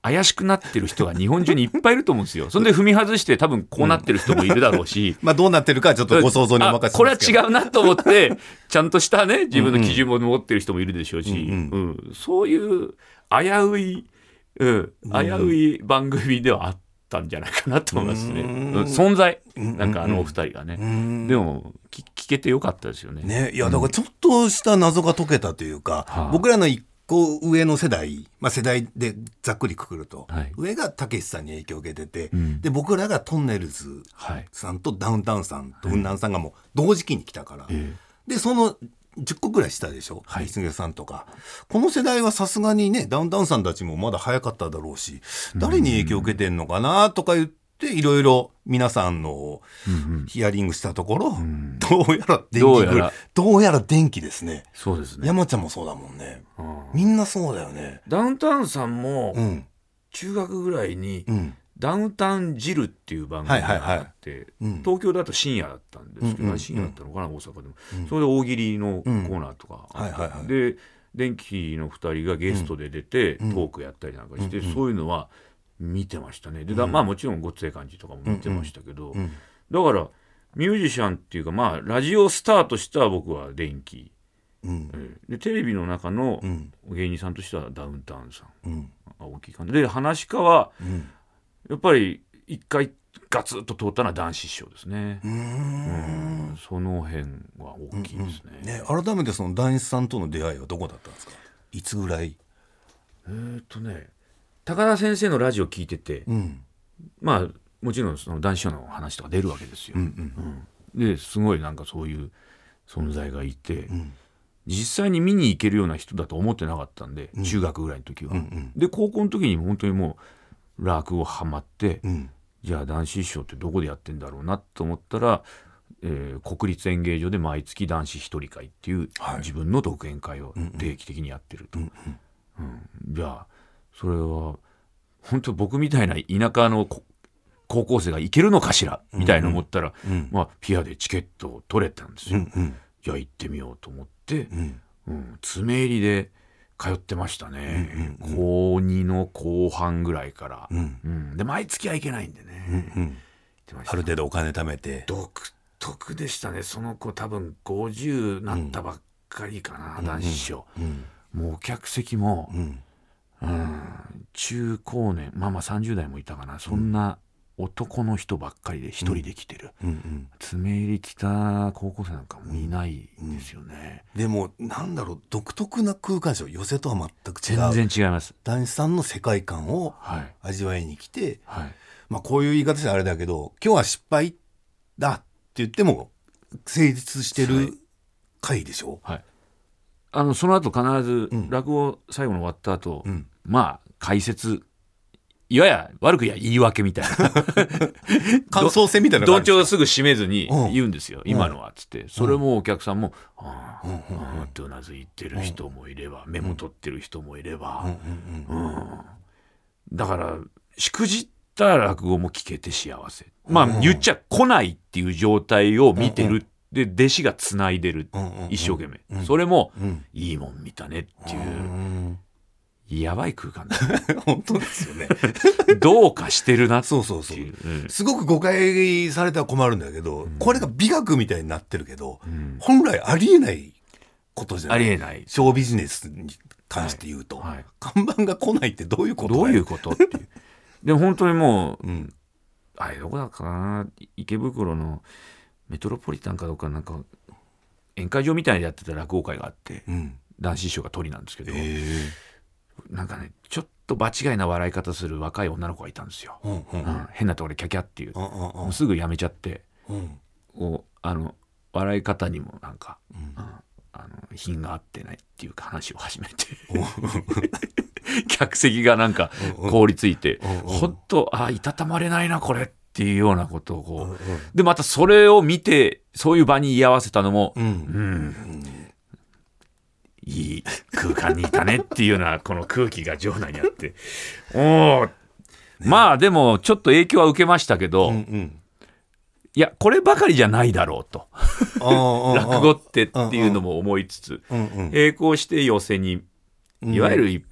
S2: 怪しくなってる人が日本中にいっぱいいると思うんですよ。そんで踏み外して多分こうなってる人もいるだろ うし。
S1: まあどうなってるかはちょっとご想像にお任せ
S2: あこれは
S1: します
S2: 違うなと思って、 ちゃんとしたね、自分の基準も持ってる人もいるでしょうし、
S1: うん
S2: うんそういう危うい、うん、危うい番組ではあったんじゃないかなと思いますね。
S1: うん
S2: うん存在、
S1: ん
S2: なんかあのお二人が
S1: けどう
S2: ね。
S1: ん
S2: でも聞、聞けてよかったですよね。
S1: ねいやだからちょっとした謎が解けたというか、
S2: はい
S1: 僕らの一個上の世代、まあ、世代でざっくりくくると、
S2: はい
S1: 上がたけしさんに影響を受けてて、
S2: ん
S1: で僕らがトンネルズ
S2: はい。
S1: さんとダウンタウンさんと雲南さんがもう同時期に来たから、
S2: え
S1: でその10個ぐらい下でしょ
S2: はい
S1: 石毛さんとかこの世代はさすがにねダウンタウンさんたちもまだ早かっただろうし誰に影響を受けてんのかなとか言っでいろいろ皆さんのヒアリングしたところ、どうやら電気
S2: どう
S1: ぐ
S2: や
S1: ら
S2: ら
S1: いどうやら電気ですね
S2: そうですね、
S1: 山ちゃんもそうだもんね
S2: うん
S1: みんなそうだよね
S2: ダウンタウンさんも
S1: うん
S2: 中学ぐらいに
S1: うん
S2: ダウンタウンジルっていう番組があって
S1: うん
S2: 東京だと深夜だったんですけ
S1: うんうんう
S2: ど
S1: ん
S2: 深夜だったのかな大阪でも
S1: うん
S2: それで大喜利のコーナーとかあって
S1: うんはいはいはい
S2: で電気の2人がゲストで出てト
S1: うん
S2: ークやったりなんかして
S1: うんうん
S2: そういうのは見てましたねでだまあもちろん「ごっつええ感じ」とかも見てましたけど
S1: うん
S2: だからミュージシャンっていうかまあラジオスターとしては僕は電気
S1: うん
S2: うんでテレビの中の
S1: うん
S2: 芸人さんとしてはダウンタウンさん
S1: うん
S2: が大きい感じで話し家は
S1: うん
S2: やっぱり一回ガツッと通ったのは男子師匠ですね
S1: う、ーん
S2: うんその辺は大きいですね,、
S1: ね改めてその男子さんとの出会いはどこだったんですかいつぐらい
S2: えーっとね高田先生のラジオ聞いてて、
S1: うん
S2: まあもちろんその男子師匠の話とか出るわけですよ、
S1: うんうん
S2: ですごいなんかそういう存在がいて、
S1: ん
S2: 実際に見に行けるような人だと思ってなかったんで、中学ぐらいの時は、
S1: うん
S2: で高校の時に本当にもう落語ハマって、
S1: うん
S2: じゃあ男子師匠ってどこでやってんだろうなと思ったら、えー国立演芸場で毎月男子一人会っていう
S1: はい
S2: 自分の独演会を定期的にやってると、うんじゃあそれは本当僕みたいな田舎のこ高校生が行けるのかしらみたいな思ったら、
S1: うん
S2: まあ、ピアでチケットを取れたんです
S1: う
S2: よ、
S1: んうん
S2: じゃあ行ってみようと思って
S1: う、ん
S2: うん、爪入りで通ってましたね、
S1: うんうん
S2: 高2の後半ぐらいから、
S1: うん
S2: うんで毎月は行けないんでね、
S1: うんある程度お金貯めて
S2: 独特でしたねその子多分50なったばっかりかな、男子師匠、
S1: うん
S2: もう客席も、
S1: うん
S2: うん中高年まあまあ30代もいたかなそんな男の人ばっかりで一人で来てる、
S1: うんうん
S2: 爪入り来た高校生なんかもいないんですよね、
S1: でもなんだろう独特な空間でしょ寄せとは全く違う
S2: 全然違います
S1: 男子さんの世界観を
S2: はい
S1: 味わいに来て、
S2: はい
S1: まあ、こういう言い方したらあれだけど今日は失敗だって言っても成立して
S2: はい
S1: る回でしょ、
S2: はいあのその後必ず
S1: うん
S2: 落語最後の終わった後、
S1: うん
S2: まあ解説いわや悪くや言い訳みたいな
S1: 感想戦みたいな
S2: 同
S1: 感じ
S2: 調すぐ締めずに
S1: うん
S2: 言うんですよ、今のはっつってそれもお客さんも「ああ、ああ」ってうなずいてる人もいれば、メモ取ってる人もいれ
S1: うん
S2: ば、
S1: うんうん
S2: だからしくじった落語も聞けて幸せまあ、言っちゃ来ないっていう状態を見てる、で弟子がつないでる、
S1: うんうんうん
S2: 一生懸命、それも、
S1: ん
S2: いいもん見たねっていうう、
S1: ん
S2: やばい空間だ
S1: 本当ですよ ね
S2: どうかしてるなって
S1: そうそうそう
S2: いう。うん
S1: すごく誤解されたら困るんだけど、これが美学みたいになってるけど、
S2: ん
S1: 本来ありえないことじゃな
S2: あ
S1: い
S2: りえない
S1: ショービジネスに関して言うと、
S2: はいはい
S1: 看板が来ないってどういうこと
S2: どういう
S1: う、
S2: ことっていう。でも本当にもう
S1: うん、
S2: あれどこだかな池袋のメトロポリタンかどうかなんか宴会場みたいなのやってた落語会があって、
S1: うん、
S2: 男子師匠が鳥なんですけど、
S1: え
S2: なんかねちょっと場違いな笑い方する若い女の子がいたんですよ、
S1: えうんうん
S2: う
S1: うん
S2: ん変なところでキャキャっていう、
S1: うん
S2: もうすぐやめちゃって
S1: うん
S2: こうあの笑い方にもなんか、うんあの品があってないっていう話を始めて 客席がなんか凍りついて、ほんとあいたたまれないなこれっていうようなことをこう、でまたそれを見てそういう場に居合わせたのも、
S1: うんうん
S2: うんいい空間にいたねっていうようなこの空気が場内にあっておーまあでもちょっと影響は受けましたけど、
S1: うん
S2: い
S1: うん
S2: やこればかりじゃないだろうと落
S1: 落
S2: 語ってっていうのも思いつつ
S1: うんうん
S2: 並行して寄せに
S1: うん
S2: いわゆるい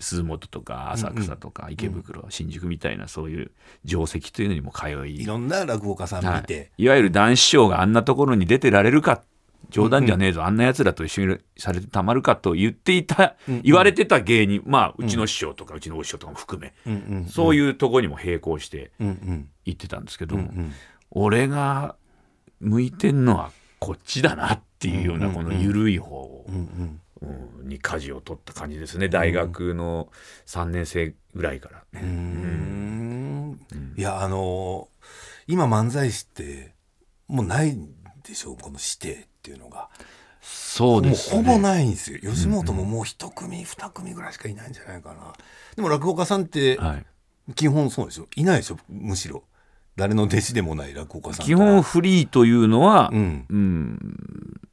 S2: 鈴本とか浅草とか池袋新宿みたいなそういう定石というのにも通い
S1: いろんな落語家さん見て、
S2: い、いわゆる男子師匠があんなところに出てられるか冗談じゃねえぞ、あんな奴らと一緒にされてたまるかと言っていた、言われてた芸人まあうちの師匠とか、うちのお師匠とかも含め、
S1: うんうん
S2: そういうとこにも並行して
S1: うんうん
S2: 行ってたんですけど、
S1: うん
S2: 俺が向いてんのはこっちだなっていうようなこの緩い方を、
S1: うんうん
S2: うんに舵を取った感じですね大学の3年生ぐらいから
S1: う
S2: ね。
S1: ーんいやあのー今漫才師ってもうないんでしょうこの師弟っていうのが
S2: そ
S1: も
S2: う
S1: う
S2: ですね
S1: ほぼないんですよ吉本ももう一組二組ぐらいしかいないんじゃないかなでも落語家さんって
S2: はい
S1: 基本そうでしょいないでしょむしろ誰の弟子でもない落語家さん
S2: 基
S1: と
S2: 本
S1: か
S2: フリーというのは、
S1: う
S2: うん
S1: ん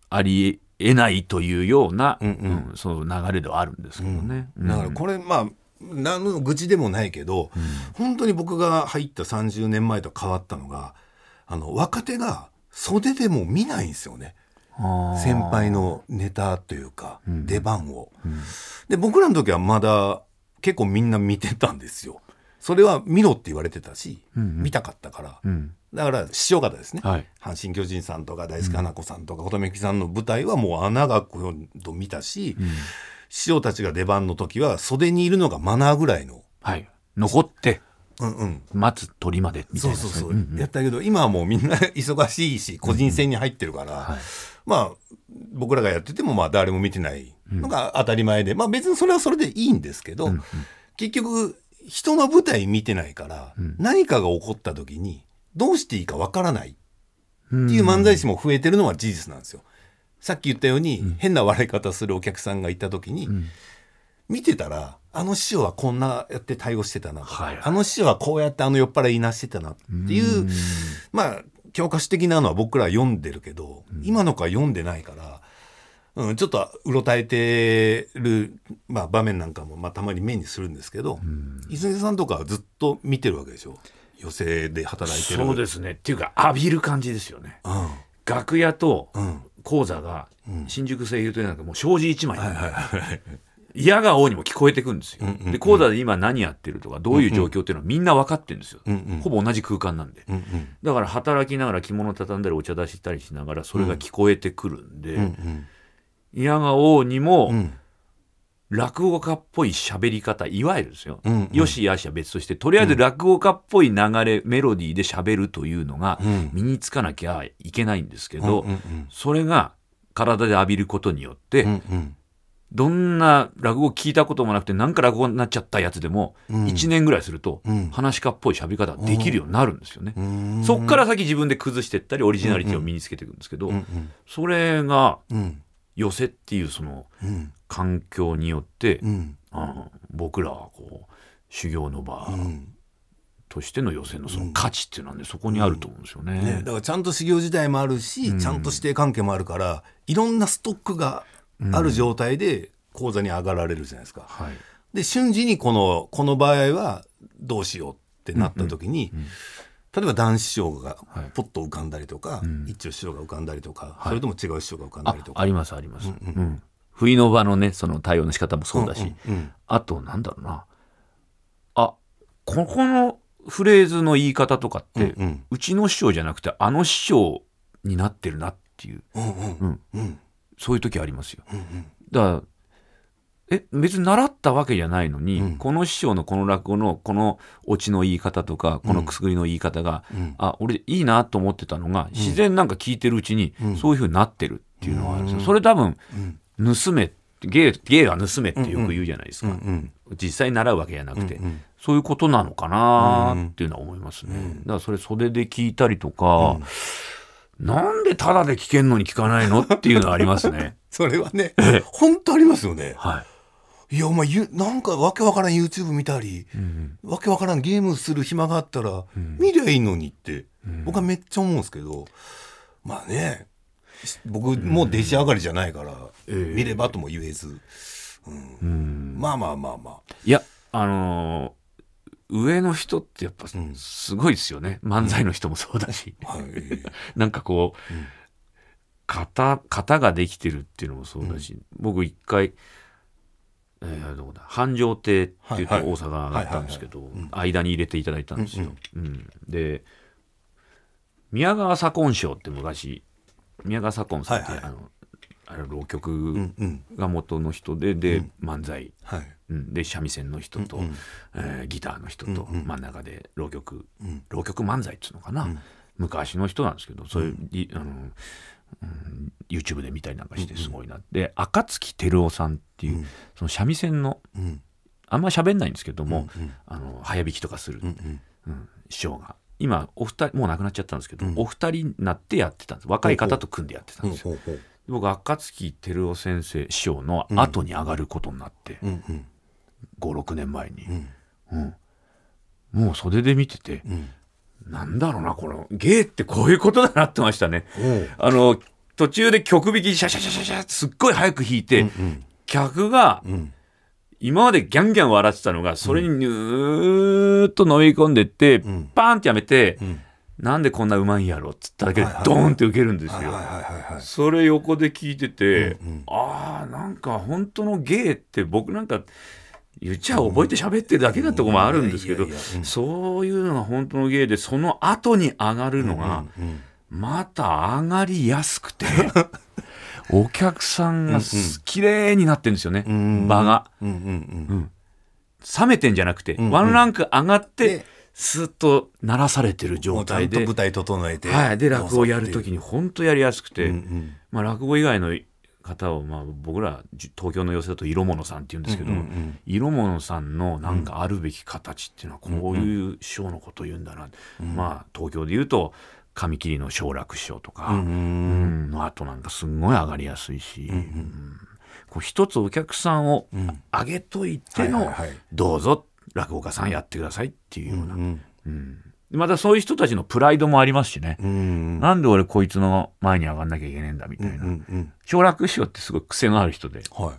S2: ありえないというような、
S1: う
S2: うんん
S1: うん
S2: その流れではあるんですけどね。うん
S1: だからこれまあ何の愚痴でもないけど、本当に僕が入った30年前と変わったのがあの若手が袖でも見ないんですよね
S2: あー
S1: 先輩のネタというか出番を、で僕らの時はまだ結構みんな見てたんですよそれは見ろって言われてたし、
S2: うんうん
S1: 見たかったから、
S2: うん
S1: だから師匠方ですね、
S2: はい
S1: 阪神・巨人さんとか大輔花子さんとか琴目きさんの舞台はもう穴がこうと見たし、師匠たちが出番の時は袖にいるのがマナーぐらいの、
S2: はい、残って
S1: うんうん、
S2: 待つ鳥までみ
S1: そ
S2: たい
S1: う
S2: な
S1: そう
S2: い
S1: そう、
S2: んん
S1: やったけど今はもうみんな忙しいし個人戦に入ってるから、
S2: はい
S1: まあ僕らがやっててもまあ誰も見てないのが当たり前で、まあ別にそれはそれでいいんですけど、結局人の舞台見てないから、何かが起こった時にどうしていいかわからないっていう漫才師も増えてるのは事実なんですよ。さっき言ったように、変な笑い方するお客さんがいた時に、見てたらあの師匠はこんなやって対応してたなとか、
S2: はいはい
S1: あの師匠はこうやってあの酔っ払いいなしてたなっていう、まあ教科書的なのは僕らは読んでるけど、今の子は読んでないから。うん、ちょっとうろたえてる、まあ、場面なんかも、まあ、たまに目にするんですけど、伊豆さんとかはずっと見てるわけでしょ寄席で働いてる
S2: そうですねっていうか浴びる感じですよね。
S1: うん
S2: 楽屋と
S1: うん
S2: 講座が新宿声優というなんかもう障子一枚なんで
S1: はいはいはい
S2: 嫌が応にも聞こえてくんですよ。
S1: うんうんうん
S2: で講座で今何やってるとかどういう状況っていうのはみんな分かってるんですよ。
S1: うんうん
S2: ほぼ同じ空間なんで。
S1: うんうん
S2: だから働きながら着物畳んだりお茶出したりしながらそれが聞こえてくるんで、
S1: うん
S2: 嫌が応に
S1: うんう
S2: も
S1: ん
S2: 落語家っぽい喋り方いわゆるですよ、
S1: うんうん
S2: よしやしは別としてとりあえず落語家っぽい流れ、メロディーで喋るというのが
S1: うん
S2: 身につかなきゃいけないんですけど、
S1: うんうん
S2: それが体で浴びることによって、
S1: うんうん
S2: どんな落語聞いたこともなくてなんか落語になっちゃったやつでも
S1: うん
S2: 1年ぐらいすると
S1: うん
S2: 話し家っぽい喋り方ができるようになるんですよね。
S1: うん
S2: そっから先自分で崩していったりオリジナリティを身につけていくんですけど、
S1: うんうん
S2: それが
S1: うん
S2: 寄せっていうその
S1: うん
S2: 環境によって、
S1: うん
S2: あの僕らはこう修行の場
S1: うん
S2: としての寄せのその価値っていうのはねそこにあると思うんですよね。
S1: ねだからちゃんと修行時代もあるしちゃんと指定関係もあるからいろんなストックがある状態で講座に上がられるじゃないですか。
S2: はい、
S1: で瞬時にこのこの場合はどうしようってなった時に、例えば男子師匠が
S2: はい
S1: ポッと浮かんだりとか、一丁師匠が浮かんだりとか、それとも違う師匠が浮かんだ
S2: あ
S1: りとか。
S2: ありますあります。うん不意の場のねその対応の仕方もそうだし、
S1: うんうん
S2: あとなんだろうなあここのフレーズの言い方とかって、う
S1: うんうん
S2: ちの師匠じゃなくてあの師匠になってるなっていう
S1: うんうんうんうん
S2: そういう時ありますよ。
S1: うん
S2: だからえ別に習ったわけじゃないのに、この師匠のこの落語のこのオチの言い方とかこのくすぐりの言い方が、
S1: ん
S2: あ俺いいなと思ってたのが、自然なんか聞いてるうちに、そういうふうになってるっていうのがあるんですよ。それ多分、盗め芸芸が盗めってよく言うじゃないですか、
S1: うんうん
S2: 実際習うわけじゃなくて、
S1: うんうん
S2: そういうことなのかなっていうのは思いますね、だからそれ袖で聞いたりとか、なんでタダで聞けんのに聞かないのっていうのはありますね
S1: それはね、本当ありますよね。
S2: はい
S1: いや、お前、ゆなんかわけわからん YouTube 見たり、わけわからんゲームする暇があったら、見りゃいいのにって、僕はめっちゃ思うんですけど、まあね、し僕もう弟子上がりじゃないから、見ればとも言えず、うんまあまあまあまあ。
S2: いやあのー上の人ってやっぱすごいですよね、漫才の人もそうだし、
S1: はい
S2: なんかこう、型型ができてるっていうのもそうだし、僕一回、えーどこだ繁盛亭って言って
S1: はいはい
S2: 大阪だったんですけど、間に入れていただいたんですよ。うんで宮川左近賞って昔宮川左近さんって、
S1: はいはい
S2: あのあれ浪
S1: う
S2: 曲
S1: んうん。
S2: が元の人で、で、漫才
S1: はい。
S2: うん、で三味線の人と、
S1: うんうん
S2: えーギターの人と
S1: うんうん
S2: 真ん中で浪曲、
S1: うん
S2: 浪曲漫才っつうのかな、
S1: ん
S2: 昔の人なんですけどそういう、いあのうん YouTube で見たりなんかしてすごいなって、で暁照夫さんっていう、
S1: うん
S2: その三味線の
S1: うん。
S2: あんま喋んないんですけども、
S1: うんうん
S2: あの早弾きとかする、
S1: うん
S2: うん師匠が今お二人もう亡くなっちゃったんですけど、
S1: うん
S2: お二人になってやってたんです若い方と組んでやってた
S1: うんん。
S2: ですよ、
S1: ほうほう。
S2: 僕暁照夫先生師匠の後に上がることになって、
S1: うんうん。
S2: 56年前に。
S1: うん
S2: もう袖で見てて
S1: うん。
S2: なんだろうな、この、芸ってこういうことだなってましたね
S1: うん。
S2: あの、途中で曲弾き、シャシャシャシャシャ、すっごい早く弾いて、客が、今までギャンギャン笑ってたのが、それにぬーっと飲み込んでって、パーンってやめて、なんでこんなうまいんやろっつっただけで、ドーンって受けるんですよ。それ横で聞いてて、ああなんか本当の芸って僕なんか言っちゃ覚えて喋ってるだけなとこもあるんですけど、
S1: うんいやいやいやうん
S2: そういうのが本当の芸でその後に上がるのがまた上がりやすくて お客さんがす綺麗になってるんですよね、
S1: ん
S2: 場が。
S1: うんうんうん
S2: 冷めてんじゃなくて、
S1: ん
S2: ワンランク上がって
S1: で
S2: スッと鳴らされてる
S1: も
S2: 状
S1: うちゃん
S2: 態
S1: と
S2: で
S1: 舞。台整えて
S2: はい、で落語をやる
S1: と
S2: と
S1: き
S2: きに本当やりやすくて、
S1: うんうん
S2: まあ、落語以外の方を、まあ、僕らじ東京の寄せだと色物さんって言うんですけど、
S1: うんうんうん
S2: 色物さんのなんかあるべき形っていうのはこういう師匠のことを言うんだな、まあ東京で言うと神切りの昇楽師匠とか、
S1: うん
S2: うんの後なんかすんごい上がりやすいし、うんこう一つお客さんを上げといての、
S1: はいはいはい
S2: どうぞ落語家さんやってくださいっていうような、
S1: うん
S2: またそういう人たちのプライドもありますしね、
S1: うん
S2: なんで俺こいつの前に上がんなきゃいけねえんだみた
S1: う
S2: いな。
S1: んうん
S2: 奨楽師匠ってすごい癖のある人で
S1: は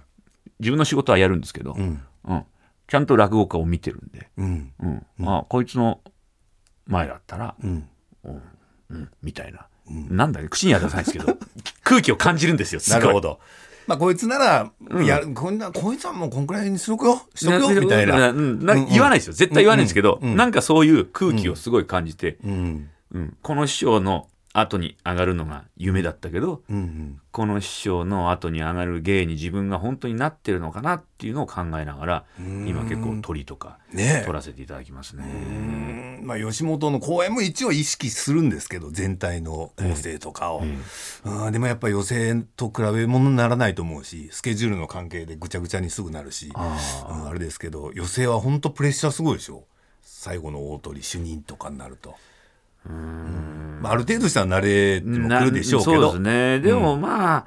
S2: 自分の仕事はやるんですけど、
S1: いうん
S2: うんちゃんと落語家を見てるんで、
S1: うん
S2: うんあこいつの前だったら、
S1: うん
S2: うん、みたいな、なんだね口には出さないですけ ど空気を感じるんですよすごい
S1: なるほどまあこいつなら、いやこんなこいつはもうこんくらいにしとくよしとくよみたいな、
S2: うんな言わないですよ絶対言わないんですけど、なんかそういう空気をすごい感じて、
S1: うん
S2: うんこの師匠の後に上がるのが夢だったけど、
S1: うんうん、
S2: この師匠の後に上がる芸に自分が本当になってるのかなっていうのを考えながら今結構鳥とか
S1: ねえ
S2: 取らせていただきますね。
S1: うんまあ、吉本の公演も一応意識するんですけど全体の構成とかを、うん、でもやっぱ予選と比べ物にならないと思うしスケジュールの関係でぐちゃぐちゃにすぐなるしあ,、うん、あれですけど予選は本当プレッシャーすごいでしょ最後の大鳥主任とかになると。うんまあ、ある程度したら慣れてもくるでしょうけ
S2: な
S1: ど
S2: そうですねでもまあ、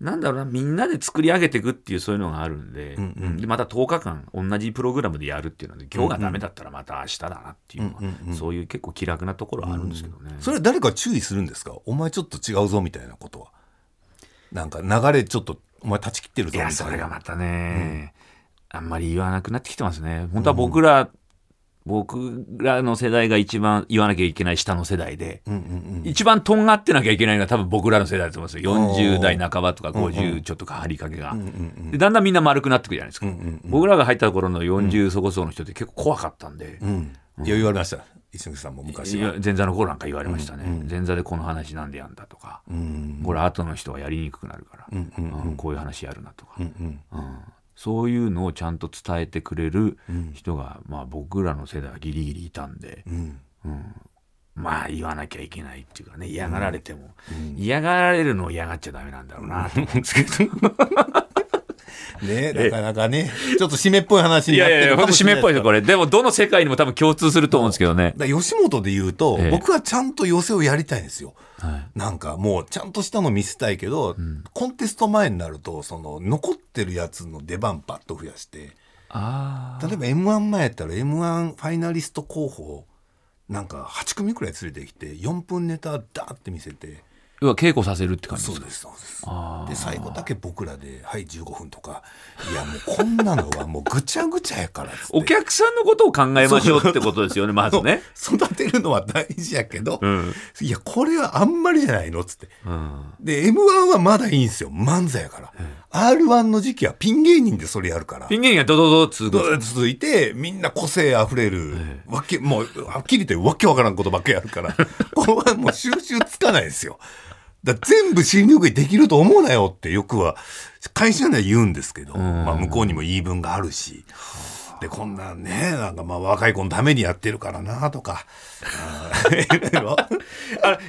S2: なんだろうなみんなで作り上げていくっていうそういうのがあるんで,、でまた10日間同じプログラムでやるっていうので今日がダメだったらまた明日だなっていうのは、そういう結構気楽なところはあるんですけどね。
S1: それ誰か注意するんですかお前ちょっと違うぞみたいなことはなんか流れちょっとお前断ち切ってるぞみたい
S2: いや
S1: な
S2: それがまたね、あんまり言わなくなってきてますね本当は僕ら、僕らの世代が一番言わなきゃいけない下の世代で、
S1: うんうんうん
S2: 一番とんがってなきゃいけないのは多分僕らの世代だと思うんですよ40代半ばとか50ちょっとか張りかけが、でだんだんみんな丸くなってくるじゃないですか、僕らが入った頃の40そこそこの人って結構怖かったんで、
S1: うん、いや言われました一ノ木さんも昔
S2: いや前座の頃なんか言われましたね、前座でこの話なんでやんだとか、これ後の人はやりにくくなるから、うんこういう話やるなとか、うんそういうのをちゃんと伝えてくれる人が、まあ、僕らの世代はギリギリいたんで、うんまあ言わなきゃいけないっていうかね嫌がられても、嫌がられるのを嫌がっちゃダメなんだろうなと思うんですけど
S1: ねなかなかねちょっと締めっぽい話になってるか
S2: 本
S1: も
S2: 当
S1: し
S2: 締
S1: れ
S2: め
S1: ない
S2: っぽい
S1: で
S2: ですすこれでもどの世界にも多分共通すると思うんですけどね。
S1: だから吉本で言うと、
S2: ええ
S1: 僕はちゃんと寄せをやりたいんですよ、
S2: はい
S1: なんかもうちゃんとしたの見せたいけど、コンテスト前になるとその残ってるやつの出番パッと増やして
S2: あ
S1: 例えば m 1前やったら m 1ファイナリスト候補をなんか8組くらい連れてきて4分ネタダーって見せて
S2: 要は稽古させるって感じで
S1: そう
S2: すか
S1: ですそうです
S2: あ
S1: で最後だけ僕らで「はい15分」とか「いやもうこんなのはもうぐちゃぐちゃやから」っつって
S2: お客さんのことを考えましょうってことですよねまずね。
S1: 育てるのは大事やけど、
S2: ん
S1: いやこれはあんまりじゃないのっつって
S2: うん
S1: で m 1はまだいいんですよ漫才やから、r 1の時期はピン芸人でそれやるから
S2: ピン芸人がドドドッつうこと
S1: 続いてみんな個性あふれる、わけもうはっきり言ってわけわからんことばっかりやる からこれはもう収集つかないですよだから全部新入りできると思うなよってよくは会社では言うんですけど、まあ、向こうにも言い分があるし。でこんなんねなんかまあ若い子のためにやってるからなとかあー いろいろ
S2: あ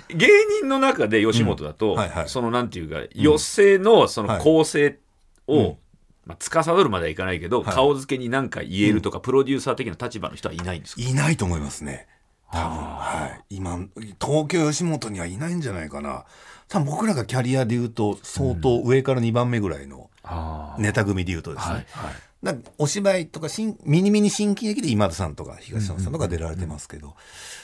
S2: 芸人の中で吉本だ
S1: ん
S2: と、
S1: はいはい
S2: そのなんていうか寄せのそ
S1: は
S2: の
S1: い
S2: 構成を、まあ、司るまではいかないけど、
S1: はい
S2: 顔付けに何か言えるとか、プロデューサー的な立場の人はいないんですか
S1: いないと思いますね。多分、はい。今、東京吉本にはいないんじゃないかな。多分僕らがキャリアで言うと、相当上から2番目ぐらいの
S2: あ
S1: ネタ組で言うとですね。
S2: はいはい
S1: なんかお芝居とか新ミニミニ新喜劇で今田さんとか東野さんとか出られてますけど、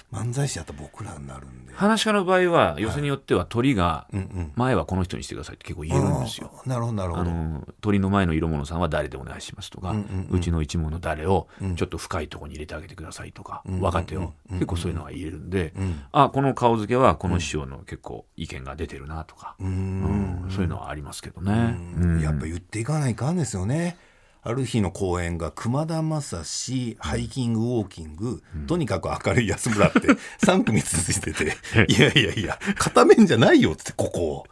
S1: 漫才師だと僕らになるんで。
S2: 話し家の場合は寄せによっては鳥が
S1: うんうん
S2: 前はこの人にしてくださいって結構言えるんですよ。
S1: あーなるほどなる
S2: あ
S1: ほど。
S2: の鳥の前の色物さんは誰でお願いしますとか、うちの一門の誰をちょっと深いところに入れてあげてくださいとか、若手を、結構そういうのが言えるんで、あこの顔付けはこの師匠の結構意見が出てるなとか、
S1: うーん
S2: うんそういうのはありますけどね。うん
S1: やっぱ言っていかないかんですよね。ある日の公演が熊田正史ハイキングウォーキング、とにかく明るい安村っ て3組続いてて「いやいやいや片面じゃないよ」っつってここを。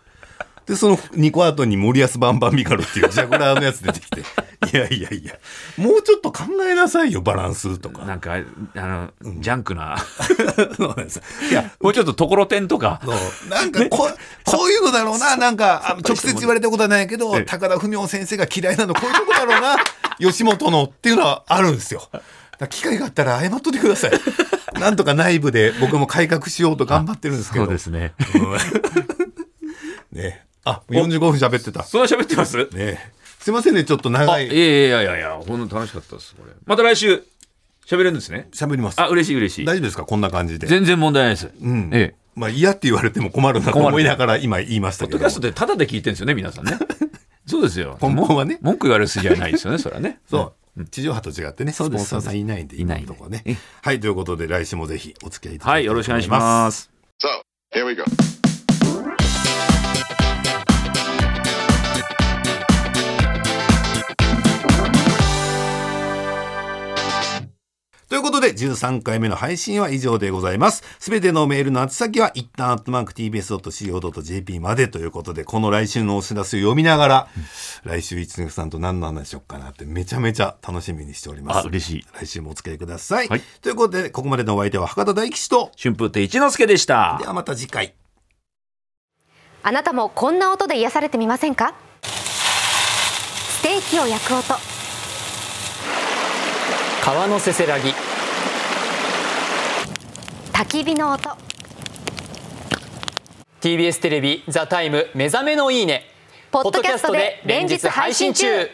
S1: でその2個後に森保バンバンビカルっていうジャグラーのやつ出て きて「いやいやいやもうちょっと考えなさいよバランス」とか。
S2: なんかあの、ジャンクな
S1: そうなんですいや
S2: もうちょっとところてんとか
S1: そうなんかこ、こういうのだろうな、なんか、あの直接言われたことはないけ
S2: え
S1: ど、
S2: え
S1: 高田文夫先生が嫌いなの、こういうとこだろうな、 吉本のっていうのはあるんですよ。だから機会があったら謝っといてくださ い。なんとか内部で僕も改革しようと頑張ってるんですけ
S2: そ
S1: ど。
S2: うですね。
S1: うん ね。あ、45分喋ってた。
S2: そんな喋ってます
S1: ねすいませんね、ちょっと長
S2: あ
S1: い。
S2: いやいやいやいやほんと楽しかったですこれまた来週喋れるんですね
S1: 喋ります。
S2: あ
S1: 大
S2: 嬉しい嬉しい
S1: 丈夫ですかこんな感じで。
S2: 全然問題ないです、
S1: うん
S2: ええ
S1: まあ嫌って言われても困るなと思いながら今言いました
S2: ポッ
S1: け
S2: ド
S1: ど
S2: キ
S1: も
S2: ャスト。でタダで聞いてるんですよね皆さんね そうですよ
S1: 根本はね
S2: 文句言われる筋合いないですよねそれはね
S1: そう、地上波と違ってね、スポン
S2: です
S1: サーさんいないんで、
S2: いないんで
S1: 今のとこね
S2: ええ。
S1: はい、ということで、来週もぜひお付き合いいただ
S2: はい
S1: て
S2: よろしくお願いします。
S3: So, here we go.
S1: ということで、13回目の配信は以上でございます。すべてのメールの宛先は、一旦アットマーク tbs.co.jp までということで、この来週のお知らせを読みながら、来週一之輔さんと何の話しようかなって、めちゃめちゃ楽しみにしております。
S2: あ嬉しい。
S1: 来週もお付き合いください。
S2: はい
S1: ということで、ここまでのお相手は、博多大吉と、
S2: 春風亭一之輔でした
S1: ではまた次回。
S4: あなたもこんな音で癒されてみませんかステーキを焼く音
S5: 川のせせらぎ
S4: 焚き火の音
S5: TBS テレビ「ザタイム目覚めのいいね」
S4: ポッドキャストで連日配信中